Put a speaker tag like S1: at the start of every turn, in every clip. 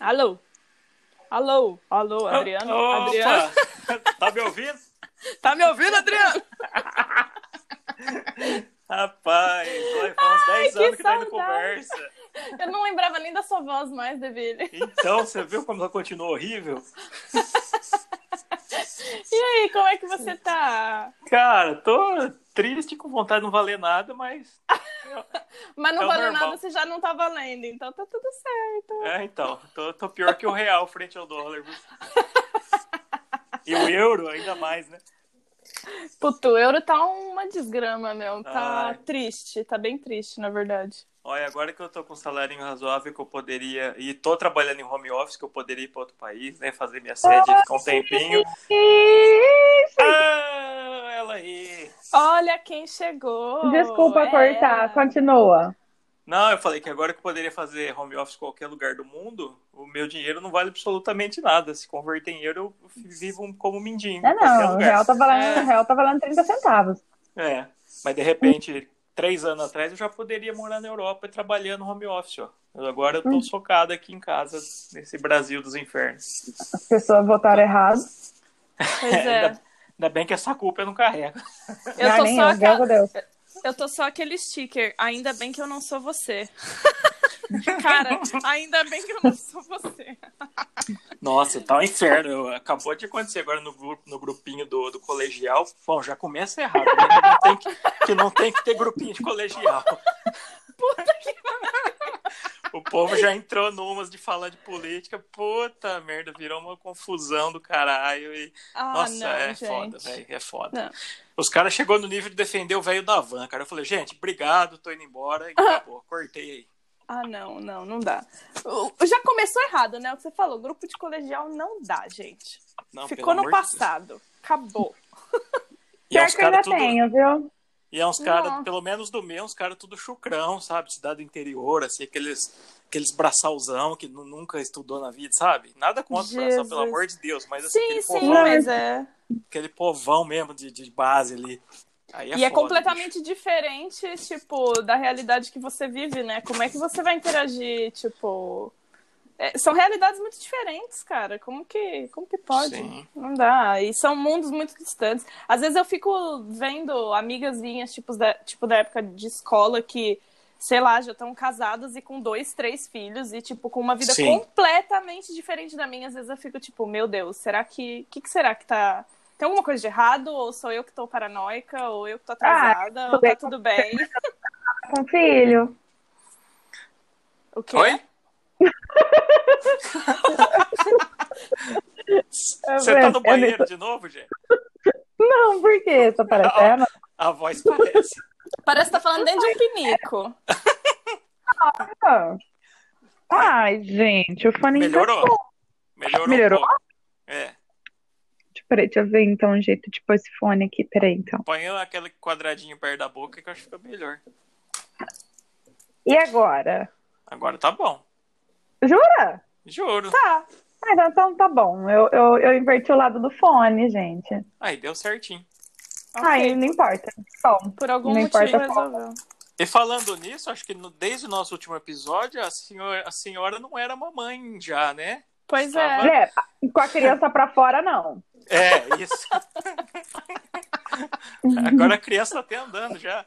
S1: Alô? Alô? Alô, Adriano?
S2: Oh, Opa!
S1: Adriano?
S2: tá me ouvindo?
S1: Tá me ouvindo, Adriano?
S2: Rapaz, olha, faz uns 10
S1: que
S2: anos que tá
S1: saudade.
S2: indo conversa.
S1: Eu não lembrava nem da sua voz mais, Deville.
S2: Então, você viu como ela continua horrível?
S1: E aí, como é que você tá?
S2: Cara, tô triste, com vontade de não valer nada, mas.
S1: Mas não
S2: É o
S1: valeu
S2: normal.
S1: nada, você já não tá valendo, então tá tudo certo.
S2: É, então. Tô, tô pior que o real frente ao dólar. viu? E o euro, ainda mais, né?
S1: Puto, o euro tá uma desgrama, meu. Tá
S2: Ai.
S1: triste, tá bem triste, na verdade.
S2: Olha, agora que eu tô com um salário razoável que eu poderia. E tô trabalhando em home office, que eu poderia ir pra outro país, né? Fazer minha sede e ficar um tempinho. Ah, ela aí.
S1: Olha quem chegou.
S3: Desculpa
S1: É
S3: cortar,
S1: ela.
S3: continua.
S2: Não, eu falei que agora que eu poderia fazer home office em qualquer lugar do mundo, o meu dinheiro não vale absolutamente nada. Se converter em euro, eu vivo como mendigo.
S3: É
S2: em qualquer
S3: não, o
S2: lugar.
S3: real tá valendo,
S1: É.
S3: o real tá valendo 30 centavos.
S2: É, mas de repente, três anos atrás, eu já poderia morar na Europa e trabalhar no home office, ó. Eu Agora eu
S3: Hum.
S2: tô socado aqui em casa, nesse Brasil dos infernos.
S3: As pessoas votaram errado.
S1: Pois é.
S2: ainda, ainda bem que essa culpa eu não carrego.
S1: Eu
S3: Ah,
S1: tô,
S3: nem
S1: só É,
S3: eu,
S1: aquela-
S3: graças a Deus.
S1: eu tô só aquele sticker. Ainda bem que eu não sou você. Cara, ainda bem que eu não sou você.
S2: Nossa, tá um inferno. Eu- Acabou de acontecer agora no, grupo, no grupinho do, do colegial. Bom, já começa errado, né? Que não, tem que, que não tem que ter grupinho de colegial. O povo já entrou numas de falar de política. Puta merda, virou uma confusão do caralho. E...
S1: Ah,
S2: Nossa,
S1: não,
S2: é
S1: gente.
S2: foda, velho. É foda.
S1: Não.
S2: Os caras chegou no nível de defender o velho da van, cara. Eu falei, gente, obrigado, tô indo embora. E acabou, cortei aí.
S1: Ah, não, não, não dá. Uh, Já começou errado, né? O que você falou, grupo de colegial não dá, gente.
S2: Não, pelo
S1: Ficou no
S2: amor de
S1: passado. Acabou.
S2: Deus. E é
S3: Pior
S2: uns
S3: que eu ainda
S2: caras tudo,
S3: tenho, viu?
S2: E é uns caras,
S1: Nossa.
S2: pelo menos do meu, uns caras tudo chucrão, sabe? Cidade do interior, assim, aqueles, aqueles braçalzão que nu- nunca estudou na vida, sabe? Nada contra o braçal,
S1: Jesus.
S2: pelo amor de Deus, mas assim,
S1: Sim,
S2: aquele,
S1: sim,
S2: povão,
S1: mas é.
S2: aquele povão mesmo de, de base ali. Aí
S1: e é
S2: foda,
S1: completamente diferente, tipo, da realidade que você vive, né? Como é que você vai interagir, tipo. é, são realidades muito diferentes, cara. Como que, como que pode?
S2: Sim.
S1: Não dá. E são mundos muito distantes. Às vezes eu fico vendo amigas minhas, tipo da, tipo, da época de escola, que, sei lá, já estão casadas e com dois, três filhos, e, tipo, com uma vida
S2: Sim.
S1: completamente diferente da minha. Às vezes eu fico, tipo, meu Deus, será que. O que, que será que tá. Tem alguma coisa de errado? Ou sou eu que tô paranoica? Ou eu que tô atrasada? ou tá
S3: bem.
S1: tudo bem?
S3: Com filho.
S1: O quê?
S2: Oi?
S1: é
S2: Você tá no banheiro de novo, gente?
S3: Não, por quê? Tô parecendo.
S2: A voz parece.
S1: Parece que tá falando dentro de um pinico.
S3: Ah. Ai, gente, o fone tá
S2: Melhorou. Melhorou. um
S3: Melhorou?
S2: pouco. É.
S3: Deixa- Peraí, deixa eu ver então um jeito de pôr esse fone aqui. Peraí, então.
S2: Põe aquele quadradinho perto da boca que eu acho que fica melhor.
S3: E agora?
S2: Agora tá bom.
S3: Jura?
S2: Juro.
S1: Tá.
S3: Ah, então, então tá bom. Eu, eu, eu inverti o lado do fone, gente.
S2: Aí deu certinho.
S1: ok.
S3: Ai, não importa. Bom,
S1: Por algum
S3: Não
S1: motivo
S3: importa qual.
S1: resolveu.
S2: E falando nisso, acho que no- desde o nosso último episódio, a senhora, a senhora não era mamãe já, né?
S1: Pois é.
S2: Estava-
S3: né, com a criança pra fora, não.
S2: É, isso. Agora a criança tá até andando já.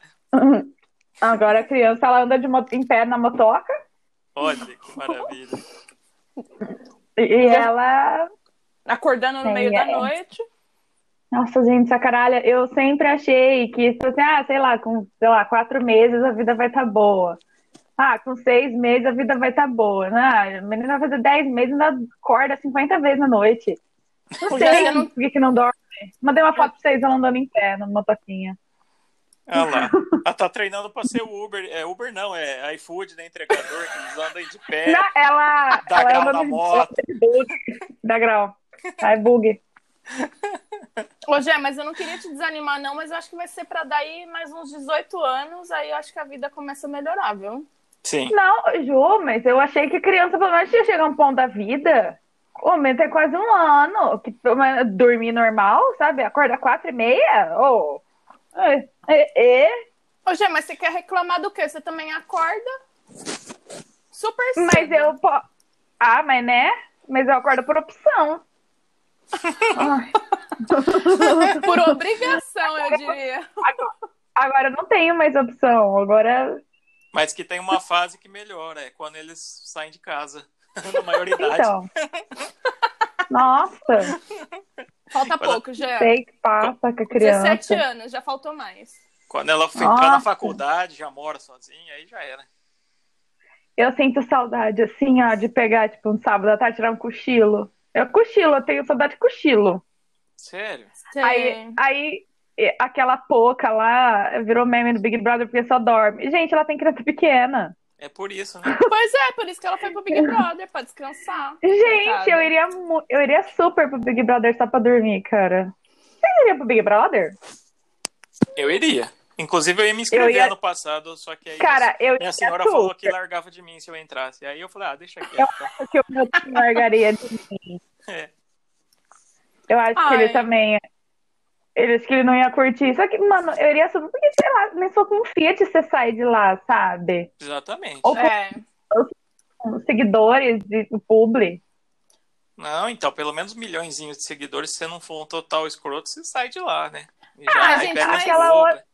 S3: Agora a criança ela anda de moto, em pé na motoca
S2: Olha que maravilha.
S3: e ela.
S1: Acordando no
S3: Sim,
S1: meio da
S3: é.
S1: noite.
S3: Nossa, gente, essa caralha, eu sempre achei que, tipo assim, ah, sei lá, com, sei lá, quatro meses a vida vai estar boa. Ah, com seis meses a vida vai estar boa. Né? A menina vai fazer dez meses ainda acorda 50 vezes na noite. Não
S1: Porque
S3: sei
S1: eu não-
S3: por que, que não dorme. Mandei uma foto pra vocês, ela andando em pé, na motoquinha.
S2: Olha lá. Ela tá treinando pra ser o Uber. É Uber não, é iFood, né? Entregador, que eles andam aí de pé.
S3: Não, ela,
S2: Dá
S3: ela
S2: É. grau
S3: anda
S2: na
S3: de-
S2: moto.
S3: de bug. Dá grau. Aí, bug.
S1: Ô, Gé, mas eu não queria te desanimar, não, mas eu acho que vai ser pra daí mais uns 18 anos, aí eu acho que a vida começa a melhorar, viu?
S2: Sim.
S3: Não, Ju, mas eu achei que criança pelo menos ia chegar a um ponto da vida. O momento é quase um ano. Que, pelo menos, dormir normal, sabe? Acordar quatro e meia? Ou. É, é, é.
S1: Ô, Gé, mas você quer reclamar do quê? Você também acorda? Super cedo.
S3: Mas eu, po- Ah, mas né? Mas eu acordo por opção. Ai,
S1: né? Por obrigação, eu diria.
S3: agora, agora eu não tenho mais opção. Agora.
S2: Mas que tem uma fase que melhora, é quando eles saem de casa. Na maioridade.
S3: Então. Nossa,
S1: Falta pouco, já.
S3: sei que passa com a criança.
S1: 17 anos, já faltou mais.
S2: Quando ela for entrar na
S3: Nossa.
S2: faculdade, já mora sozinha, aí já era.
S3: Eu sinto saudade, assim, ó, de pegar, tipo, um sábado à tarde, tirar um cochilo. Eu cochilo, eu tenho saudade de cochilo.
S2: Sério?
S1: É.
S3: Aí, aí e- aquela pouca lá virou meme do Big Brother porque só dorme. Gente, ela tem criança pequena.
S2: É por isso, né?
S1: Pois é, por isso que ela foi pro Big Brother, pra descansar.
S3: Gente,
S1: Coitada.
S3: eu iria, mu- eu iria super pro Big Brother só pra dormir, cara. Vocês iriam pro Big Brother?
S2: Eu iria. Inclusive, eu ia me inscrever
S3: Eu ia-
S2: ano passado, só que aí assim,
S3: Cara, eu
S2: minha
S3: iria
S2: É senhora
S3: super.
S2: falou que largava de mim se eu entrasse. Aí eu falei, ah, deixa aqui.
S3: acho que o meu time largaria de mim.
S2: É.
S3: Eu acho que
S1: Ai.
S3: ele também. Ele acho que ele não ia curtir. Só que, mano, eu iria subir porque, sei lá, nem só com um Fiat você sai de lá, sabe?
S2: Exatamente.
S3: Ou
S1: É.
S3: com os seguidores de do publi.
S2: Não, então, pelo menos milhõeszinhos de seguidores, se você não for um total escroto, você sai de lá, né? E
S1: Ah,
S2: aí
S1: gente,
S2: pega
S1: mas
S2: de
S3: aquela
S2: boa.
S3: hora-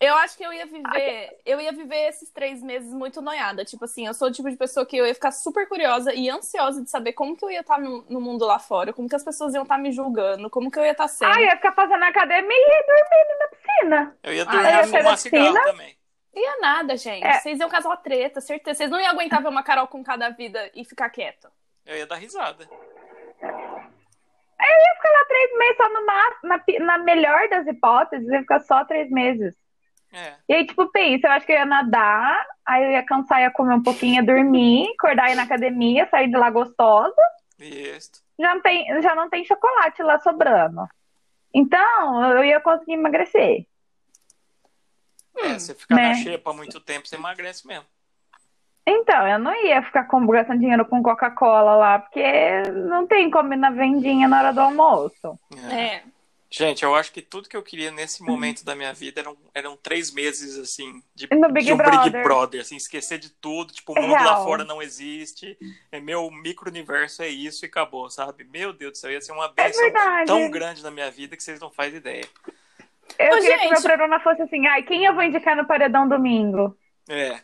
S1: Eu acho que eu ia viver, eu ia viver esses três meses muito noiada. Tipo assim, eu sou o tipo de pessoa que eu ia ficar super curiosa e ansiosa de saber como que eu ia estar no, no mundo lá fora, como que as pessoas iam estar me julgando, como que eu ia estar sendo.
S3: Ai, ia ficar fazendo academia e dormindo na piscina.
S2: Eu ia
S1: Ah,
S2: dormir
S1: eu ia
S2: e fumar
S3: pegar
S2: cigarro
S3: piscina.
S2: também.
S1: Ia nada, gente.
S3: É.
S1: Vocês iam casar uma treta, certeza. Vocês não iam aguentar ver uma Carol com cada vida e ficar quieto.
S2: Eu ia dar risada.
S3: Ia ficar lá três meses só no máximo, na, pi- na melhor das hipóteses, ia ficar só três meses.
S2: É.
S3: E aí, tipo, pensa, eu acho que eu ia nadar, aí eu ia cansar, ia comer um pouquinho, ia dormir, acordar aí na academia, sair de lá gostosa.
S2: Isso.
S3: já não tem, já não tem chocolate lá sobrando. Então, eu ia conseguir emagrecer.
S2: É, você ficar na
S3: né?
S2: xepa muito tempo, você emagrece mesmo.
S3: Então, eu não ia ficar com, gastando dinheiro com Coca-Cola lá, porque não tem como ir na vendinha na hora do almoço.
S2: É.
S1: É.
S2: Gente, eu acho que tudo que eu queria nesse momento da minha vida eram, eram três meses, assim, de,
S3: E no Big
S2: de um Big
S3: Brother? É
S2: Brother, assim, esquecer de tudo, tipo, o mundo lá
S3: Real.
S2: fora não existe, é meu micro-universo é isso e acabou, sabe? Meu Deus do céu, ia ser uma bênção
S3: É verdade.
S2: tão grande na minha vida que vocês não fazem ideia.
S3: Eu
S1: Ô,
S3: queria
S1: gente.
S3: que meu programa fosse assim, ai, quem eu vou indicar no paredão domingo?
S2: É.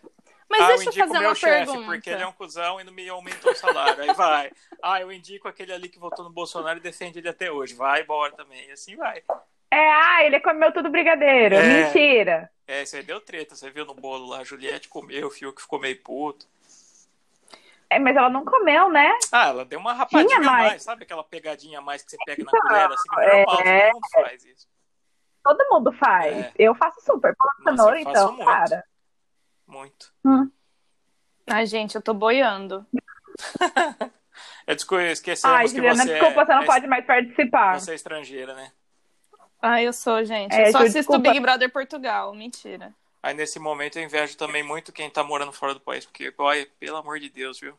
S1: Mas
S2: ah, eu
S1: deixa eu
S2: indico
S1: fazer
S2: o meu
S1: uma
S2: chefe,
S1: pergunta.
S2: porque ele é um cuzão e não me aumentou o salário. Aí vai. Ah, eu indico aquele ali que votou no Bolsonaro e defende ele até hoje. Vai embora também. E assim vai.
S3: É, ah, ele comeu tudo brigadeiro.
S2: É.
S3: Mentira.
S2: É, isso aí deu treta. Você viu no bolo lá, a Juliette comeu, o Fiuk ficou meio puto.
S3: É, mas ela não comeu, né?
S2: Ah, ela deu uma rapadinha a
S3: Tinha mais.
S2: mais, sabe aquela pegadinha a mais que você pega na colher, assim, que é
S3: é.
S2: normal, todo mundo faz isso.
S3: Todo mundo faz.
S2: É.
S3: Eu faço super. Pô,
S2: Nossa, eu
S3: cenoura,
S2: faço
S3: então,
S2: muito.
S3: cara.
S2: Muito.
S1: Ai, gente, eu tô boiando.
S2: Eu desco- esquecemos
S3: Ai,
S2: que
S3: Juliana,
S2: você
S3: desculpa,
S2: é,
S3: você não
S2: é-
S3: pode mais participar.
S2: Você é estrangeira, né?
S1: Ai, eu sou, gente.
S3: É,
S1: eu só
S3: Ju,
S1: assisto
S3: desculpa.
S1: Big Brother Portugal. Mentira.
S2: Aí nesse momento eu invejo também muito quem tá morando fora do país, porque, olha, pelo amor de Deus, viu?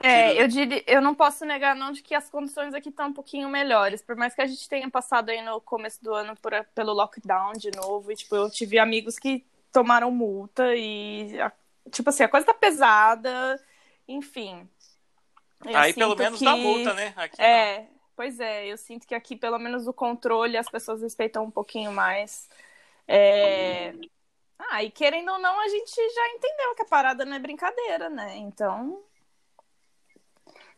S1: É,
S2: Tira-
S1: eu diria, eu não posso negar não de que as condições aqui estão um pouquinho melhores, por mais que a gente tenha passado aí no começo do ano por- pelo lockdown de novo, e tipo, eu tive amigos que tomaram multa e a- tipo assim, a coisa tá pesada, enfim. Eu
S2: Aí
S1: sinto
S2: pelo menos
S1: que-
S2: dá multa, né? Aqui não.
S1: É, pois é, eu sinto que aqui pelo menos o controle as pessoas respeitam um pouquinho mais. É... Ah, e querendo ou não, a gente já entendeu que a parada não é brincadeira, né? Então.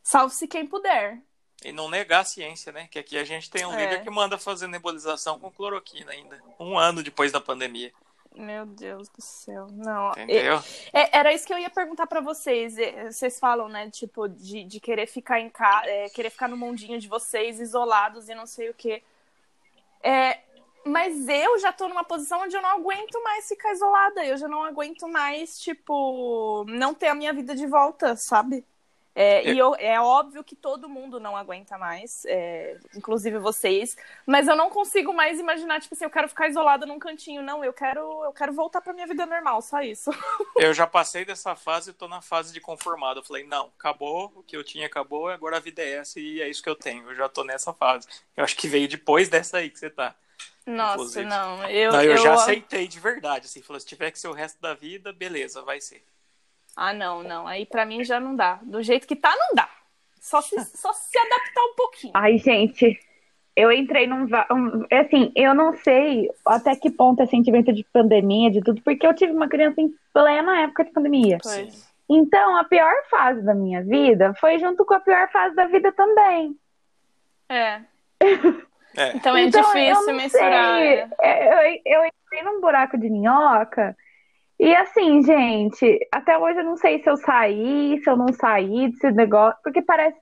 S1: Salve-se quem puder.
S2: E não negar a ciência, né? Que aqui a gente tem um
S1: É.
S2: líder que manda fazer nebulização com cloroquina ainda. Um ano depois da pandemia.
S1: Meu Deus do céu. Não.
S2: Entendeu?
S1: É, era isso que eu ia perguntar pra vocês. É, Vocês falam, né, tipo, de, de querer ficar em casa, querer ficar no mundinho de vocês, isolados e não sei o quê. É, mas eu já tô numa posição onde eu não aguento mais ficar isolada. Eu já não aguento mais, tipo, não ter a minha vida de volta, sabe? É, E eu, é óbvio que todo mundo não aguenta mais, é, inclusive vocês. Mas eu não consigo mais imaginar, tipo assim, eu quero ficar isolada num cantinho. Não, eu quero, eu quero voltar pra minha vida normal, só isso.
S2: Eu já passei dessa fase e tô na fase de conformado. Eu falei, não, acabou, o que eu tinha acabou, agora a vida é essa e é isso que eu tenho. Eu já tô nessa fase. Eu acho que veio depois dessa aí que você tá.
S1: Nossa,
S2: inclusive.
S1: não. Eu,
S2: não, eu,
S1: eu
S2: já aceitei de verdade, assim, falou, se tiver que ser o resto da vida, beleza, vai ser.
S1: Ah, não, não. Aí pra mim já não dá. Do jeito que tá, não dá. Só se, só se adaptar um pouquinho.
S3: Ai, gente, eu entrei num. va- um- Assim, eu não sei até que ponto é sentimento de pandemia, de tudo, porque eu tive uma criança em plena época de pandemia.
S1: Pois.
S2: Sim.
S3: Então, a pior fase da minha vida foi junto com a pior fase da vida também.
S1: É.
S2: É.
S1: Então é
S3: Então, eu
S1: difícil
S3: não
S1: mensurar.
S3: sei.
S1: é.
S3: É, Eu, eu entrei num buraco de minhoca. E assim, gente, até hoje eu não sei se eu saí, se eu não saí desse negócio, porque parece.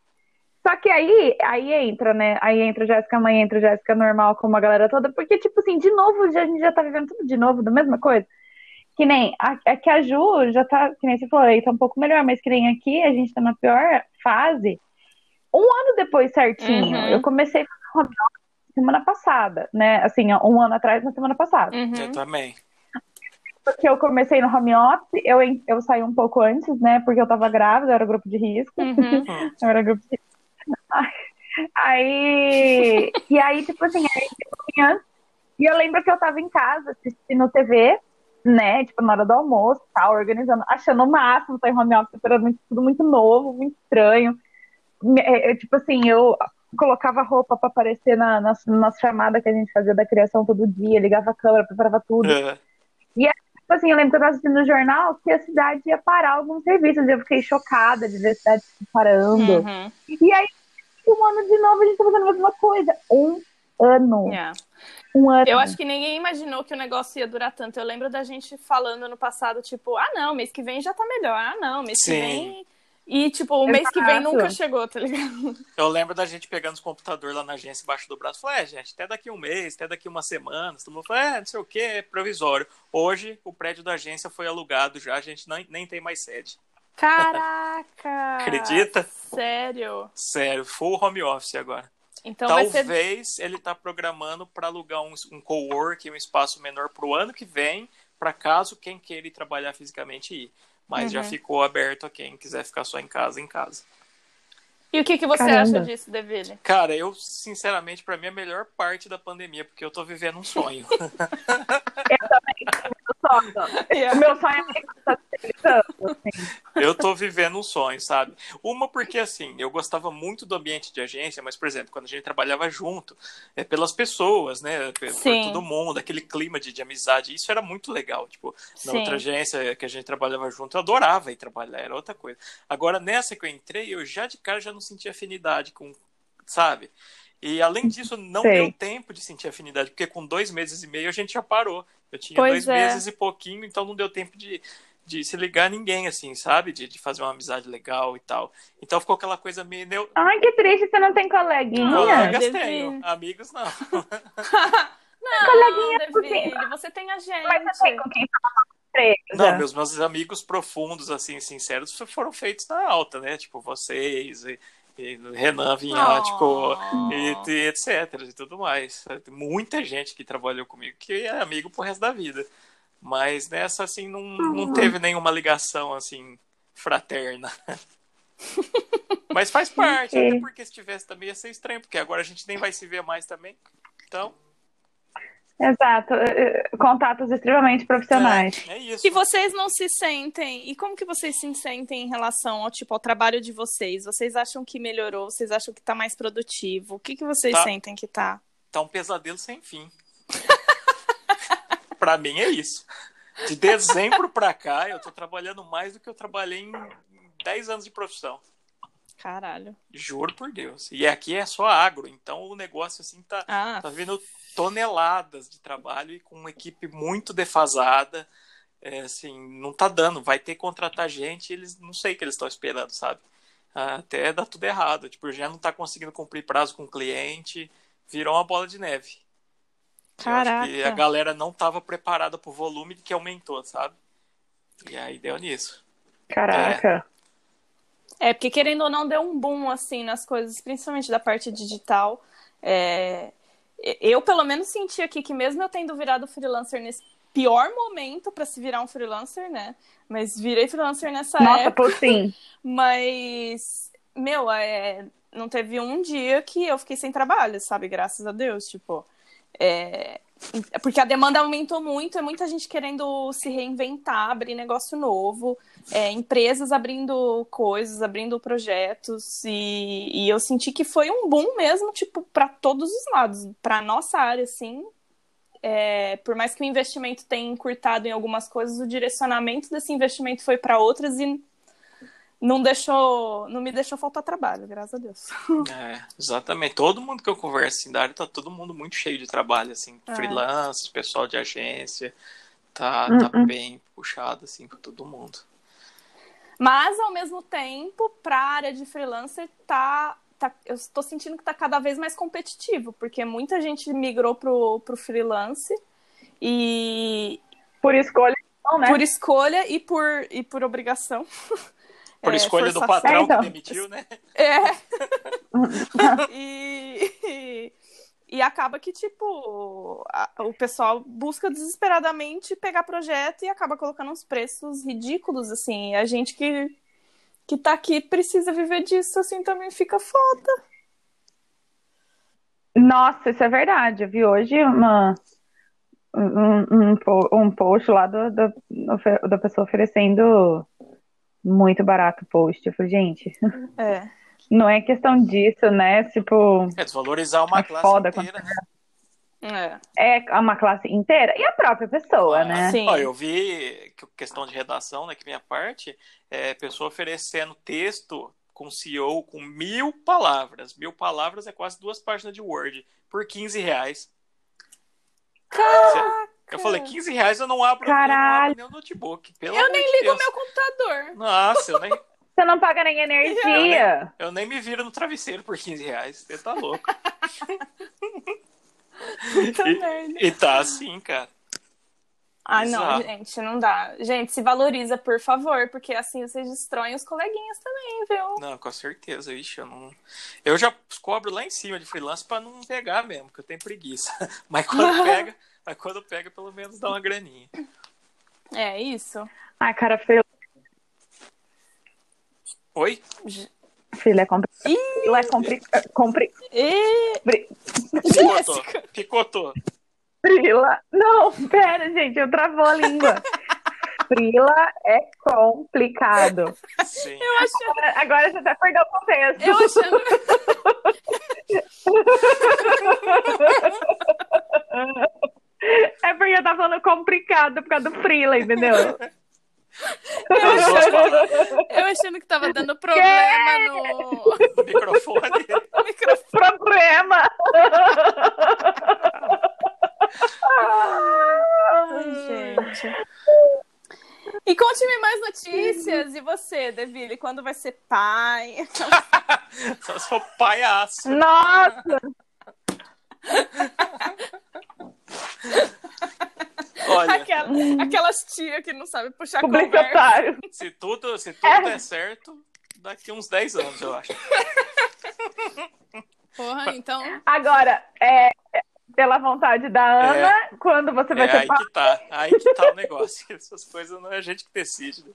S3: Só que aí, aí entra, né? Aí entra o Jéssica Mãe, entra o Jéssica normal com uma galera toda, porque, tipo assim, de novo, já- a gente já tá vivendo tudo de novo, da mesma coisa. Que nem a, é que a Ju já tá, que nem você falou, aí tá um pouco melhor, mas que nem aqui, a gente tá na pior fase. Um ano depois certinho,
S1: Uhum.
S3: eu comecei a fazer home office semana passada, né? Assim, ó, um ano atrás, na semana passada
S2: Eu
S1: Uhum.
S2: também.
S3: porque eu comecei no home office, eu, en- eu saí um pouco antes, né? Porque eu tava grávida, eu era grupo de risco.
S1: Uhum.
S2: Hum.
S3: Eu era grupo de risco. Aí. e aí, tipo assim, aí eu fui antes. E eu lembro que eu tava em casa assistindo TV, né? Tipo, na hora do almoço e tal, organizando, achando o máximo, tá em home office, era muito- tudo muito novo, muito estranho. Me- é, é, tipo assim, eu colocava roupa pra aparecer na, nas nas chamadas que a gente fazia da criação todo dia, ligava a câmera, preparava tudo.
S2: É.
S3: Tipo assim, eu lembro que eu tava assistindo no jornal que a cidade ia parar alguns serviços. e Eu fiquei chocada de ver a cidade parando.
S1: Uhum.
S3: E aí, um ano de novo, a gente tá fazendo a mesma coisa. Um ano.
S1: Yeah.
S3: Um ano.
S1: uhum. É. Eu acho que ninguém imaginou que o negócio ia durar tanto. Eu lembro da gente falando no passado, tipo, ah, não, mês que vem já tá melhor. Ah, não, mês que
S2: Sim.
S1: vem. E, tipo, o mês que vem
S3: Exato.
S1: nunca chegou, tá ligado?
S2: Eu lembro da gente pegando os computadores lá na agência embaixo do braço. Falei, é, gente, até daqui um mês, até daqui uma semana. Todo mundo falou, é, não sei o que, é provisório. Hoje, o prédio da agência foi alugado já, a gente nem, nem tem mais sede.
S1: Caraca!
S2: Acredita?
S1: Sério?
S2: Sério, full home office agora.
S1: Então vai ser.
S2: Talvez ele tá programando para alugar um, um coworking, um espaço menor pro ano que vem, para caso quem queira ir trabalhar fisicamente ir. Mas já
S1: Uhum.
S2: ficou aberto a quem quiser ficar só em casa, em casa.
S1: E o que, que você
S3: Caramba.
S1: acha disso, Deville?
S2: Cara, eu, sinceramente, pra mim, é a melhor parte da pandemia, porque eu tô vivendo um sonho.
S3: O meu sonho é que tá se assim.
S2: eu tô vivendo um sonho, sabe? Uma porque, assim, eu gostava muito do ambiente de agência, mas, por exemplo, quando a gente trabalhava junto, é pelas pessoas, né? Por
S1: Sim.
S2: todo mundo, aquele clima de, de amizade, isso era muito legal. Tipo, na
S1: Sim.
S2: outra agência que a gente trabalhava junto, eu adorava ir trabalhar, era outra coisa. Agora, nessa que eu entrei, eu já de cara já não senti afinidade com, sabe? E além disso, não
S3: Sei.
S2: deu tempo de sentir afinidade, porque com dois meses e meio a gente já parou. Eu tinha
S1: Pois
S2: dois
S1: é.
S2: meses e pouquinho, então não deu tempo de, de se ligar a ninguém, assim, sabe? De, de fazer uma amizade legal e tal. Então ficou aquela coisa meio. Neu...
S3: Ai, que triste, você não tem coleguinha.
S1: Colega.
S2: Colegas
S1: deve-
S2: tenho, amigos não.
S1: Não, Deville, você tem a gente.
S3: Mas não tem com quem falar treta.
S2: Não, meus, meus amigos profundos, assim, sinceros, foram feitos na alta, né? Tipo, vocês, e, e Renan Vinhá,
S1: Oh.
S2: tipo, e, e etc. E tudo mais. Muita gente que trabalhou comigo que é amigo pro resto da vida. Mas nessa, assim, não, não teve nenhuma ligação, assim, fraterna. Mas faz parte,
S3: Ok.
S2: até porque se tivesse também ia ser estranho, porque agora a gente nem vai se ver mais também. Então,
S3: Exato. eh, eh, Contatos extremamente profissionais.
S2: é, é isso.
S1: que vocês não se sentem. E como que vocês se sentem em relação ao tipo ao trabalho de vocês? Vocês acham que melhorou? Vocês acham que tá mais produtivo? O que que vocês
S2: Tá.
S1: sentem que tá?
S2: Tá um pesadelo sem fim. pra mim é isso. De dezembro pra cá, eu tô trabalhando mais do que eu trabalhei em 10 anos de profissão.
S1: Caralho.
S2: Juro por Deus. E aqui é só agro, então o negócio assim tá,
S1: Ah,
S2: tá vindo toneladas de trabalho e com uma equipe muito defasada. É, assim, não tá dando, vai ter que contratar gente, eles não sei o que eles estão esperando, sabe? Até dá tudo errado. Tipo, já não tá conseguindo cumprir prazo com o cliente, virou uma bola de neve. Eu
S1: caraca.
S2: acho que é a galera não tava preparada pro volume que aumentou, sabe? E aí deu nisso.
S3: Caraca.
S1: É, porque querendo ou não, deu um boom, assim, nas coisas, principalmente da parte digital. É, Eu, pelo menos, senti aqui que mesmo eu tendo virado freelancer nesse pior momento pra se virar um freelancer, né? Mas virei freelancer nessa
S3: Nossa,
S1: época.
S3: por sim.
S1: Mas, meu, é, não teve um dia que eu fiquei sem trabalho, sabe? Graças a Deus, tipo. é, Porque a demanda aumentou muito, é muita gente querendo se reinventar, abrir negócio novo, é, empresas abrindo coisas, abrindo projetos, e, e eu senti que foi um boom mesmo, tipo, para todos os lados. Para nossa área, assim, é, por mais que o investimento tenha encurtado em algumas coisas, o direcionamento desse investimento foi para outras e não deixou, não me deixou faltar trabalho, graças a Deus.
S2: É, exatamente. Todo mundo que eu converso assim, da área tá todo mundo muito cheio de trabalho, assim, é. freelance, pessoal de agência, tá, uh -uh. tá bem puxado assim para todo mundo.
S1: Mas ao mesmo tempo, para a área de freelancer tá Tá, eu estou sentindo que está cada vez mais competitivo, porque muita gente migrou pro, pro freelance e.
S3: Por escolha, não, né?
S1: Por escolha e por, e por obrigação.
S2: Por é, escolha do patrão é, então. que demitiu, né?
S1: É. e, É. e, e, acaba que, tipo, a, o pessoal busca desesperadamente pegar projeto e acaba colocando uns preços ridículos, assim. A gente que, que tá aqui precisa viver disso, assim também fica foda.
S3: Nossa, isso é verdade. Eu vi hoje uma, um, um, um post lá do, do, da pessoa oferecendo muito barato o post. Eu falei, gente,
S1: é.
S3: não é questão disso, né? Tipo.
S2: É desvalorizar uma é classe foda inteira. Quando...
S1: É.
S3: é uma classe inteira e a própria pessoa, ah, né?
S1: Sim.
S2: Ó, eu vi que questão de redação, né? Que minha parte é pessoa oferecendo texto com CEO com mil palavras. Mil palavras é quase duas páginas de Word por 15 reais.
S1: Caraca.
S2: Eu falei, 15 reais eu não abro,
S3: Caralho.
S2: nem o notebook. Pelo
S1: eu nem
S2: de
S1: ligo
S2: Deus.
S1: meu computador.
S2: Nossa, eu nem.
S3: Você não paga nem energia.
S2: Eu nem, eu nem me viro no travesseiro por 15 reais. Você tá louco. e, e, tá assim, cara.
S1: Ah, não, gente, não dá. Gente, se valoriza, por favor, porque assim vocês destroem os coleguinhas também, viu?
S2: Não, com certeza, ixi, eu não. Eu já cobro lá em cima de freelance pra não pegar mesmo, porque eu tenho preguiça. Mas quando pega, mas quando pega, pelo menos dá uma graninha.
S1: É isso.
S3: Ah, cara, freelance.
S2: Oi?
S3: Filha é complicado. Filha é complicado. Compre...
S1: E...
S3: Bri...
S2: Picotou. Picotou.
S3: Frila. Não, pera, gente, eu travou a língua. Frila é complicado.
S2: Sim.
S1: Eu achando...
S3: agora, agora você até perdeu o contexto.
S1: Eu achando.
S3: é porque eu tava falando complicado por causa do Frila, entendeu?
S1: Eu achando, eu achando, que tava dando problema que? no...
S2: no microfone.
S1: microfone.
S3: um Problema!
S1: Ai, gente. E conte-me mais notícias. E você, Deville, quando vai ser pai?
S2: Só sou palhaço.
S3: Nossa!
S2: Olha,
S1: Aquela, aquelas tias que não sabem puxar conversa.
S3: publicitário.
S2: se tudo, se tudo
S3: É.
S2: der certo, daqui uns 10 anos, eu acho.
S1: Porra, então.
S3: Agora, é, pela vontade da Ana, quando você vai
S2: É
S3: ser
S2: aí
S3: pai?
S2: que tá, aí que tá o negócio. Essas coisas não é a gente que decide. né?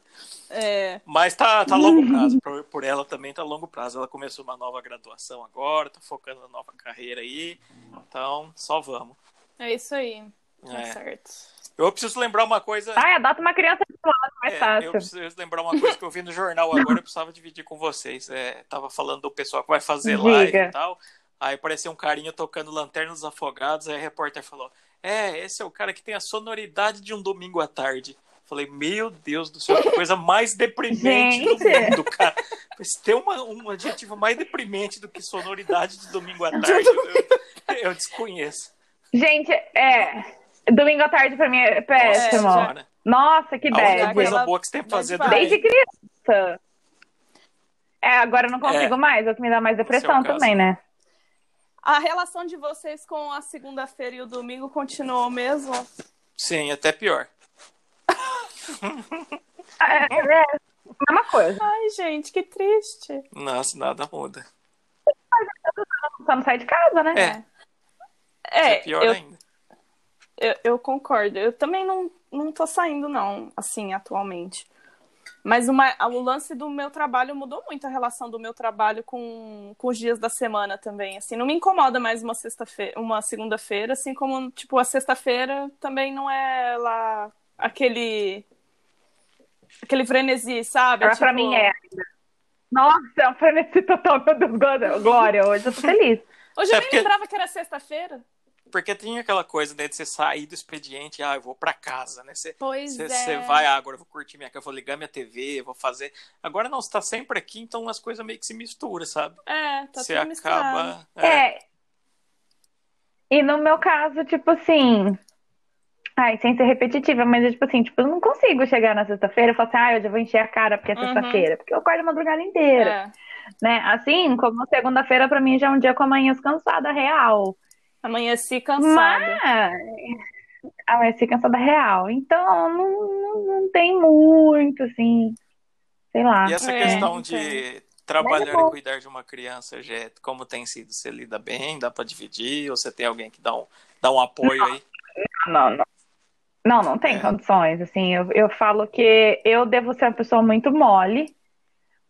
S1: É.
S2: Mas tá, tá longo prazo, por, por ela também tá longo prazo. Ela começou uma nova graduação agora, tá focando na nova carreira aí. Então, só vamos.
S1: É isso aí. Tá
S2: É.
S1: certo.
S2: Eu preciso lembrar uma coisa.
S3: Ai, adota uma criança do lado, mais
S2: É, eu
S3: fácil.
S2: preciso lembrar uma coisa que eu vi no jornal agora, eu precisava dividir com vocês. É, tava falando do pessoal que vai fazer
S3: Diga.
S2: live e tal. Aí apareceu um carinha tocando Lanterna dos Afogados, aí a repórter falou: É, esse é o cara que tem a sonoridade de um domingo à tarde. Falei, meu Deus do céu, que coisa mais deprimente do
S3: Gente.
S2: mundo, cara. Se tem uma, um adjetivo mais deprimente do que sonoridade de domingo à tarde, eu, eu desconheço.
S3: Gente, é. Domingo à tarde pra mim é péssimo.
S1: Nossa
S2: Senhora.
S3: Nossa, que
S2: A única
S1: Aquela-
S3: bad.
S2: coisa boa que você tem pra fazer
S1: Bad
S2: durante
S3: Desde criança. É, agora eu não consigo
S2: É.
S3: mais, é o que me dá mais depressão
S2: Seu caso.
S3: também, né?
S1: A relação de vocês com a segunda-feira e o domingo continuou mesmo?
S2: Sim, até pior.
S3: É, é, mesma coisa.
S1: Ai, gente, que triste.
S2: Nossa, nada muda.
S3: Só não sai de casa, né?
S2: É.
S1: É,
S2: é pior
S1: eu,
S2: ainda.
S1: eu, eu concordo. Eu também não, não tô saindo, não, assim, atualmente. Mas uma, o lance do meu trabalho mudou muito a relação do meu trabalho com, com os dias da semana também. Assim, não me incomoda mais uma sexta-feira, uma segunda-feira, assim como tipo a sexta-feira também não é lá aquele aquele frenesi, sabe?
S3: Ah,
S1: Tipo,
S3: Pra mim é ainda. Nossa, é um frenesi total, meu Deus, glória, glória, hoje eu tô feliz.
S1: Hoje eu
S2: É
S1: nem
S2: porque-
S1: lembrava que era sexta-feira.
S2: Porque tem aquela coisa, né, de você sair do expediente, ah, eu vou pra casa, né? Você,
S1: Pois
S2: você,
S1: é.
S2: você vai, ah, agora eu vou curtir minha casa, vou ligar minha TV, vou fazer. Agora não, você tá sempre aqui, então as coisas meio que se misturam, sabe?
S1: É, tá
S2: você
S1: tudo misturado.
S2: acaba. é,
S3: É. E no meu caso, tipo assim. Ai, sem ser repetitiva, mas é tipo assim, tipo, eu não consigo chegar na sexta-feira e falar assim, ah, eu já vou encher a cara porque é
S1: Uhum.
S3: sexta-feira, porque eu acordo a madrugada inteira,
S1: É.
S3: né? Assim como segunda-feira pra mim já é um dia com a manhã descansada real.
S1: Amanheci cansada.
S3: Mas É, ah, vai ser cansada real. Então não, não, não tem muito, assim, sei lá.
S2: E essa
S1: É,
S2: questão de trabalhar
S3: bom.
S2: e cuidar de uma criança, Jé, como tem sido? Você lida bem? Dá pra dividir? Ou você tem alguém que dá um, dá um apoio aí?
S3: Não, não. Não, não tem
S2: É.
S3: condições, assim, eu, eu falo que eu devo ser uma pessoa muito mole,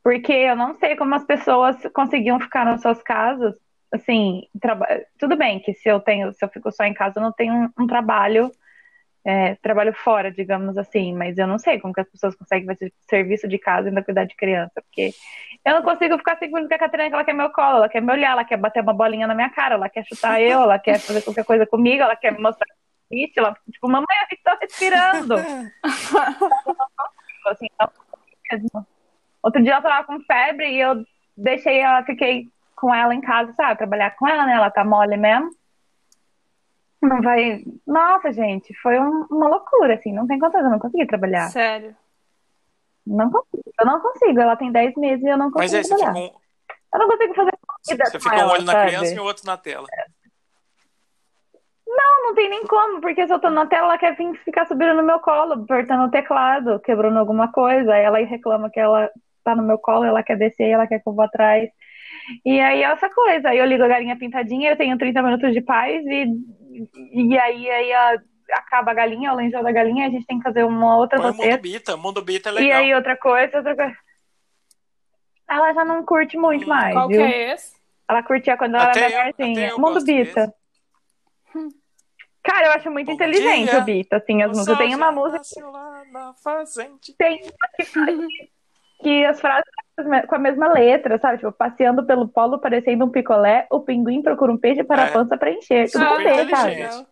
S3: porque eu não sei como as pessoas conseguiam ficar nas suas casas, assim, traba- tudo bem que se eu tenho, se eu fico só em casa, eu não tenho um, um trabalho, é, trabalho fora, digamos assim, mas eu não sei como que as pessoas conseguem fazer serviço de casa e ainda cuidar de criança, porque eu não consigo ficar cinco minutos com a Catarina, que ela quer meu colo, ela quer me olhar, ela quer bater uma bolinha na minha cara, ela quer chutar eu, ela quer fazer qualquer coisa comigo, ela quer me mostrar triste, ela fica tipo, mamãe, eu vi que tô respirando. Tipo assim, ela fica mesmo. Outro dia ela tava com febre e eu deixei ela, fiquei com ela em casa, sabe? Trabalhar com ela, né? Ela tá mole mesmo. Não vai. Nossa, gente, foi um- uma loucura, assim, não tem condições, eu não consegui trabalhar.
S1: Sério.
S3: Não consigo, eu não consigo. Ela tem 10 meses e eu não
S2: Mas
S3: consigo
S2: aí você fica
S3: trabalhar.
S2: um,
S3: Eu não consigo fazer comida
S2: você
S3: com
S2: fica um
S3: ela,
S2: olho na
S3: sabe?
S2: criança e o outro na tela.
S3: Não, não tem nem como, porque se eu tô na tela, ela quer vir ficar subindo no meu colo, apertando o teclado, quebrando alguma coisa, aí ela reclama que ela tá no meu colo, ela quer descer, ela quer que eu vou atrás. E aí é essa coisa, aí eu ligo a galinha pintadinha, eu tenho 30 minutos de paz e, e aí, aí a- acaba a galinha, ela enjoa da galinha, a gente tem que fazer uma outra
S2: Põe o
S3: faceta.
S2: Mundo Bita. Mundo Bita é
S3: E
S2: legal.
S3: aí outra coisa, outra coisa. Ela já não curte muito mais,
S1: Qual que
S3: viu?
S1: é esse?
S3: Ela curtia quando ela
S2: Até
S3: era
S2: eu-
S3: menorzinha.
S2: até eu
S3: Mundo
S2: gosto
S3: Bita. Hum. Cara, eu acho muito
S2: Bom
S3: inteligente
S2: dia.
S3: o Bita, assim, as
S2: O sol
S3: músicas. Tem uma
S2: já
S3: música,
S2: nasceu lá na fazenda.
S3: tem uma que faz- que as frases com a mesma letra, sabe? Tipo, passeando pelo polo, parecendo um picolé, o pinguim procura um peixe para
S2: É.
S3: a pança preencher. Tudo
S2: Super
S3: a
S1: Ah, tá,
S3: ver, cara.
S2: inteligente.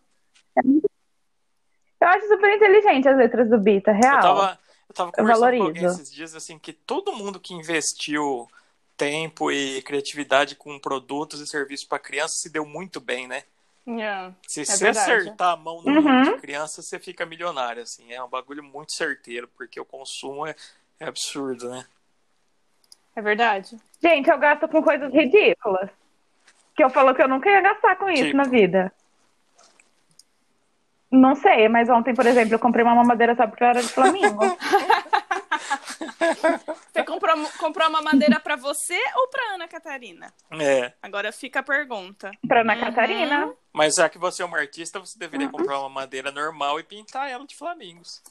S3: Eu acho super inteligente as letras do Bita,
S2: Eu
S3: real.
S2: tava, eu tava conversando com alguém
S3: valorizo.
S2: esses dias, assim, que todo mundo que investiu tempo e criatividade com produtos e serviços para criança se deu muito bem, né?
S1: Yeah.
S2: Se
S1: É
S2: você
S1: verdade.
S2: acertar a mão no
S3: Uhum.
S2: livro de criança, você fica milionário, assim. É um bagulho muito certeiro, porque o consumo é, é absurdo, né?
S1: É verdade.
S3: Gente, eu gasto com coisas ridículas. Que eu falo que eu nunca ia gastar com isso
S2: Tipo?
S3: na vida. Não sei, mas ontem, por exemplo, eu comprei uma mamadeira só porque eu era de Flamengo.
S1: Você comprou, comprou uma madeira pra você ou pra Ana Catarina?
S2: É.
S1: Agora fica a pergunta.
S3: pra Ana Catarina.
S2: Mas já que você é uma artista, você deveria
S3: Uhum.
S2: comprar uma madeira normal e pintar ela de flamingos.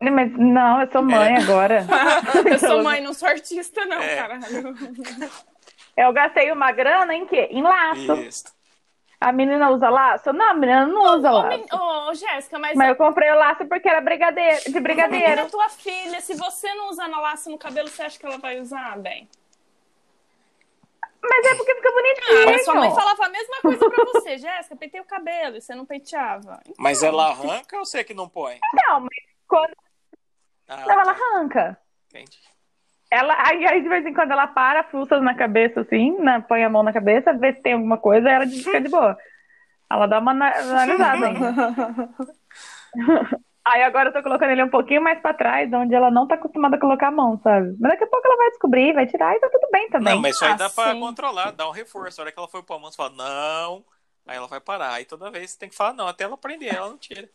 S3: Mas não, eu sou mãe agora.
S1: É. Eu sou mãe, não sou artista, não,
S2: É.
S1: caralho.
S3: Eu gastei uma grana em quê? Em laço.
S2: Isso.
S3: A menina usa laço? Não, a menina não usa
S1: Ô,
S3: laço.
S1: men- ô, Jéssica, mas,
S3: Mas eu comprei o laço porque era brigadeiro, de
S1: a menina é
S3: brigadeiro.
S1: tua filha. Se você não usar na laço no cabelo, você acha que ela vai usar, bem?
S3: Mas é porque fica
S1: Ah,
S3: bonitinho.
S1: mas sua mãe falava a mesma coisa pra você, Jéssica. Pentei o cabelo e você não penteava.
S2: Mas ela arranca ou você é que não põe?
S3: Não, mas quando
S2: Ah,
S3: ela
S2: tá,
S3: arranca.
S2: entendi.
S3: Ela, aí, aí de vez em quando ela para, fuça na cabeça assim, né, põe a mão na cabeça, vê se tem alguma coisa, aí ela diz que é de boa. Ela dá uma ana- analisada ainda. aí agora eu tô colocando ele um pouquinho mais pra trás, onde ela não tá acostumada a colocar a mão, sabe? Mas daqui a pouco ela vai descobrir, vai tirar e tá tudo bem também. Assim.
S2: Não, mas isso aí dá pra
S1: sim.
S2: controlar, dá um reforço. A hora que ela foi pro almoço, fala, não. Aí ela vai parar. Aí toda vez você tem que falar, não, até ela aprender, ela não tira.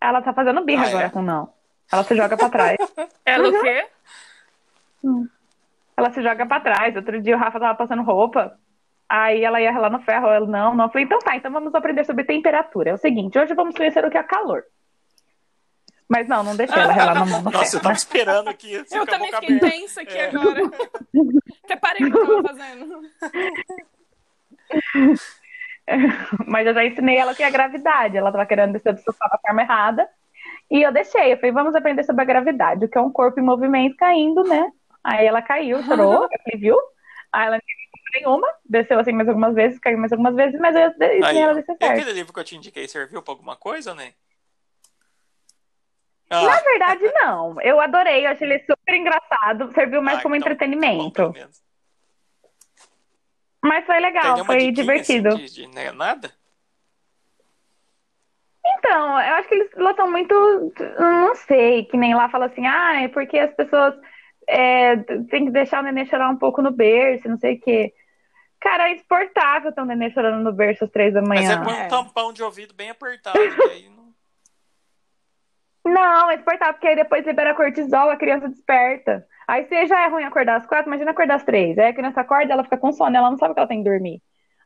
S3: Ela tá fazendo birra
S2: Ah, é?
S3: agora com não. Ela se joga pra trás.
S1: Ela o quê?
S3: Ela se joga pra trás. Outro dia o Rafa tava passando roupa. Aí ela ia lá no ferro, eu não, não. Eu falei, então tá, então vamos aprender sobre temperatura. É o seguinte, hoje vamos conhecer o que é calor. Mas não, não deixei ela relar na mão.
S2: Nossa, eu tava esperando aqui. assim,
S1: Eu
S2: com a
S1: também
S2: boca
S1: fiquei
S2: aberta.
S1: tensa aqui
S2: É.
S1: agora. Até parei o que eu tava fazendo.
S2: tá-
S3: Mas eu já ensinei ela o que é gravidade. Ela tava querendo descer do sofá da forma errada. E eu deixei. Eu falei, vamos aprender sobre a gravidade, o que é um corpo em movimento caindo, né? Aí ela caiu, chorou. Eu falei, viu? Aí ela não caiu nenhuma, desceu assim mais algumas vezes, caiu mais algumas vezes, mas eu ensinei
S2: Aí,
S3: ela a
S2: ó.
S3: descer
S2: E
S3: certo.
S2: aquele livro que eu te indiquei serviu pra alguma coisa, né? Ah,
S3: Na verdade, não. Eu adorei, eu achei ele super engraçado. Serviu mais
S2: ah,
S3: como
S2: então, tá
S3: entretenimento.
S2: bom, pelo menos.
S3: mas foi
S2: Tem
S3: legal,
S2: nenhuma
S3: foi
S2: diquinha,
S3: divertido.
S2: assim, de- de- né, nada?
S3: Então, eu acho que eles lotam muito, não sei, que nem lá fala assim, ah, é porque as pessoas é, têm que deixar o neném chorar um pouco no berço, não sei o quê. Cara, é insuportável ter um neném chorando no berço às três da
S2: Mas você
S3: manhã.
S2: põe um
S1: É.
S2: tampão de ouvido bem apertado. que aí não-
S3: Não, é insuportável, porque aí depois libera cortisol, a criança desperta. Aí você já é ruim acordar às quatro, imagina acordar às três. Aí a criança acorda, ela fica com sono, ela não sabe que ela tem que dormir.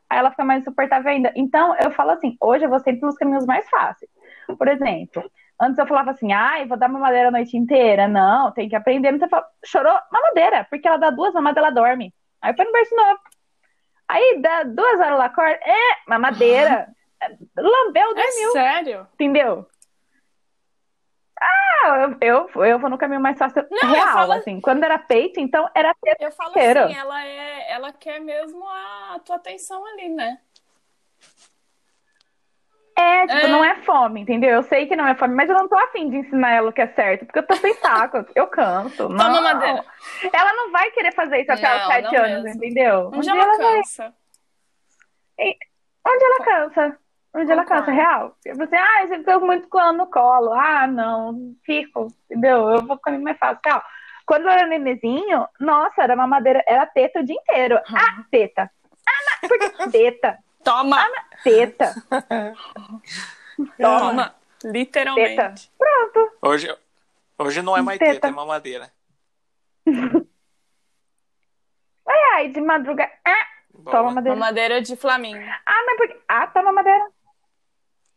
S3: Aí ela fica mais insuportável ainda. Então, eu falo assim, hoje eu vou sempre nos caminhos mais fáceis. Por exemplo, antes eu falava assim, ai, vou dar mamadeira a noite inteira. Não, tem que aprender. Você fala, chorou, mamadeira, porque ela dá duas mamadas, ela dorme. Aí foi no berço novo. Aí dá duas horas, ela acorda, é, mamadeira. Lambeu,
S1: É
S3: dormiu,
S1: sério?
S3: entendeu? Ah, eu, eu, eu vou no caminho mais fácil
S1: Não, eu
S3: real,
S1: falo-
S3: assim. Quando era peito, então era peito.
S1: Eu falo
S3: Quero.
S1: assim, ela, é, ela quer mesmo a tua atenção ali, né?
S3: É, tipo,
S1: É.
S3: não é fome, entendeu? Eu sei que não é fome, mas eu não tô afim de ensinar ela o que é certo, porque eu tô sem saco, eu canso. Não.
S1: Toma madeira.
S3: Ela não vai querer fazer isso até
S1: Não,
S3: os sete
S1: não
S3: anos,
S1: mesmo.
S3: entendeu?
S1: Onde
S3: Um dia
S1: ela
S3: ela vai-
S1: cansa.
S3: Onde ela cansa? Onde ela cansa,
S1: Concordo.
S3: real. Você, ah, você ficou muito com ela no colo. Ah, não, fico, entendeu? Eu vou ficar mais fácil, real. Quando eu era nenezinho, nossa, era mamadeira, era teta o dia inteiro. Ah, teta. Ah, mas por que teta?
S1: Toma!
S3: Teta.
S1: Toma! Literalmente.
S2: Hoje, hoje não é mais
S3: Teta.
S2: teta, é mamadeira.
S3: Ai, de madrugada. Ah,
S2: Boa.
S3: toma madeira.
S1: Mamadeira de flamingo.
S3: Ah, mas por que? Ah, toma madeira.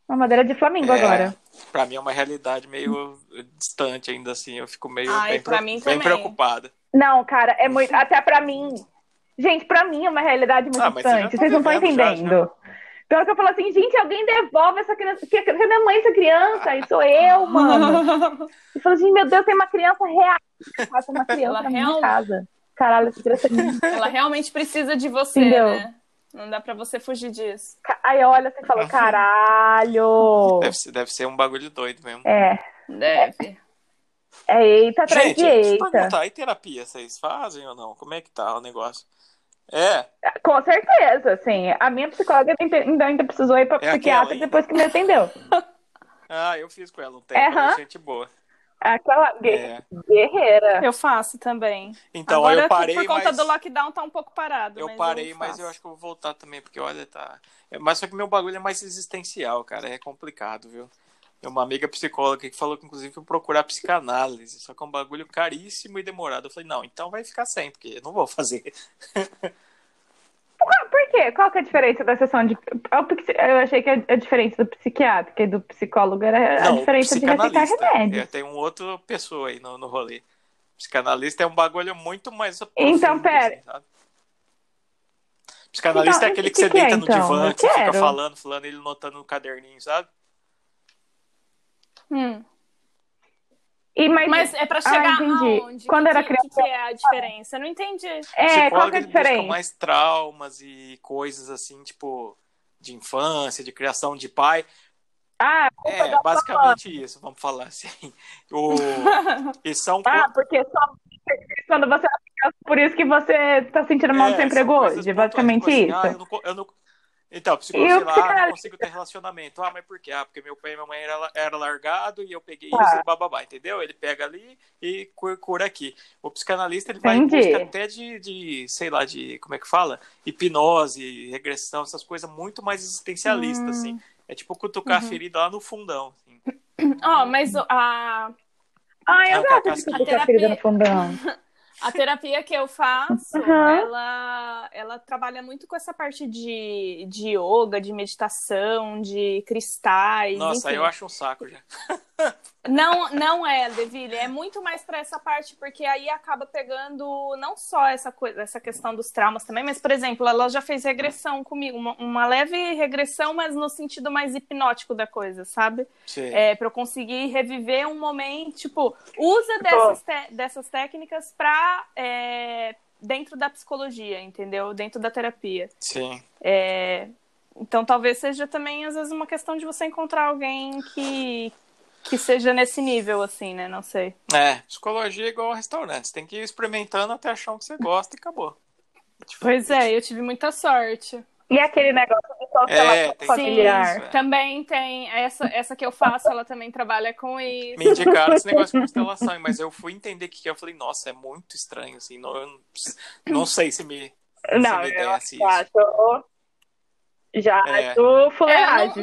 S3: Mamadeira de flamingo
S2: É,
S3: agora.
S2: Pra mim é uma realidade meio distante ainda assim. Eu fico meio
S1: Ai,
S2: bem,
S1: pra
S2: pre-
S1: mim
S2: bem
S1: também.
S2: preocupada.
S3: Não, cara, é muito. Até pra mim. Gente, pra mim é uma realidade muito
S2: Ah, mas você já
S3: distante.
S2: tá
S3: Vocês não estão
S2: vivendo já,
S3: entendendo. Pior que eu falo assim, gente, alguém devolve essa criança. Que que minha mãe essa criança, e sou eu, mano. E falo assim, meu Deus, tem uma criança real. Ah, Tem uma criança
S1: Ela
S3: na minha
S1: real-
S3: casa. Caralho, essa criança é minha.
S1: Ela realmente precisa de você,
S3: Entendeu?
S1: né? Não dá pra você fugir disso.
S3: Aí olha, você
S2: Ah.
S3: fala, caralho.
S2: Deve ser, deve ser um bagulho doido mesmo.
S3: É,
S1: Deve.
S3: é eita atrás
S2: Gente,
S3: de
S2: deixa eu
S3: eita.
S2: perguntar, e terapia vocês fazem ou não? Como é que tá o negócio? É,
S3: Com certeza, assim. A minha psicóloga ainda- ainda precisou ir pra
S2: É aquela
S3: psiquiatra
S2: ainda.
S3: depois que me atendeu.
S2: ah, eu fiz com ela um tempo,
S3: Aham.
S2: ela é gente boa.
S3: Aquela guerre-
S2: É.
S3: guerreira.
S1: Eu faço também.
S2: Então,
S1: Agora,
S2: eu parei,
S1: por conta
S2: mas...
S1: do lockdown, tá um pouco parado.
S2: Eu
S1: mas
S2: parei, mas eu
S1: faço.
S2: acho que eu vou voltar também, porque olha, tá. é, Mas só que meu bagulho é mais existencial, cara. É complicado, viu? Tem uma amiga psicóloga que falou que, inclusive, eu procurar psicanálise. Só que é um bagulho caríssimo e demorado. Eu falei, não, então vai ficar sem, porque eu não vou fazer.
S3: Ah, Por quê? Qual que é a diferença da sessão de. Eu psi- eu achei que a diferença do psiquiátrico e do psicólogo era a
S2: não,
S3: diferença de receitar remédio.
S2: É, tem um outro pessoa aí no, no rolê. Psicanalista é um bagulho muito mais.
S3: Então,
S2: profundo,
S3: pera.
S2: assim, sabe? Psicanalista
S3: Então,
S2: é aquele que,
S3: que
S2: você
S3: que é,
S2: deita no
S3: então?
S2: divã,
S3: Eu
S2: que fica
S3: quero.
S2: falando, falando, ele notando no caderninho, sabe?
S1: Hum.
S3: E, mas,
S1: Mas é pra
S3: Ah,
S1: chegar
S3: entendi.
S1: aonde?
S3: Quando
S1: que,
S3: era
S1: que-
S3: criança-
S1: que é a diferença? Eu não entendi.
S3: é, qual que é a
S2: ele busca
S3: diferença?
S2: mais traumas e coisas assim, tipo, de infância, de criação de pai.
S3: Ah, culpa
S2: É,
S3: da
S2: basicamente isso, vamos falar assim. O... E são, co-
S3: Ah, porque só quando você era criança, por isso que você tá sentindo mal
S2: é,
S3: do seu
S2: são
S3: emprego
S2: coisas
S3: hoje.
S2: pontuais,
S3: Basicamente
S2: tipo assim,
S3: isso.
S2: ah, eu não co- eu não- Então,
S3: E o
S2: psicólogo, sei lá, ah,
S3: psicanalista?
S2: não consigo ter relacionamento. Ah, mas por quê? Ah, porque meu pai e minha mãe era, la- era largado e eu peguei
S3: Tá.
S2: isso e bababá, entendeu? Ele pega ali e cu- cura aqui. O psicanalista, ele vai em
S3: Entendi.
S2: busca até de, de, sei lá, de, como é que fala? Hipnose, regressão, essas coisas muito mais existencialistas,
S3: Hum.
S2: assim. É tipo
S3: Uhum.
S2: cutucar a ferida lá no fundão, assim.
S1: Ó, mas o- a,
S3: Ah, eu
S2: Ah, tá,
S3: gosto de
S2: tá,
S3: ficar
S2: tá.
S3: com a ferida no fundão.
S1: a terapia que eu faço,
S3: Uhum.
S1: ela, ela trabalha muito com essa parte de, de yoga, de meditação, de cristais.
S2: Nossa,
S1: enfim.
S2: eu acho um saco já.
S1: Não, não é, Deville. É muito mais para essa parte, porque aí acaba pegando não só essa coisa, essa questão dos traumas também, mas, por exemplo, ela já fez regressão comigo, uma, uma leve regressão, mas no sentido mais hipnótico da coisa, sabe?
S2: Sim.
S1: É, para eu conseguir reviver um momento, tipo, usa dessas, te- dessas técnicas pra. é, dentro da psicologia, entendeu? Dentro da terapia.
S2: Sim.
S1: Então talvez seja também, às vezes, uma questão de você encontrar alguém que, que seja nesse nível, assim, né? Não sei.
S2: É, psicologia é igual a restaurante. Você tem que ir experimentando até achar um que você gosta e acabou.
S1: Pois é, eu tive muita sorte.
S3: E aquele negócio de só
S2: É, tem
S3: relação familiar.
S2: isso, é.
S1: Também tem. Essa, essa que eu faço, ela também trabalha com isso.
S2: Me indicaram esse negócio de constelação, mas eu fui entender o que que é. Eu falei, nossa, é muito estranho, assim. Não, eu não- não sei se me.
S3: Não,
S2: me
S3: eu
S2: desse
S3: acho, acho- já
S2: É.
S3: acho
S1: É, eu
S3: fuleiragem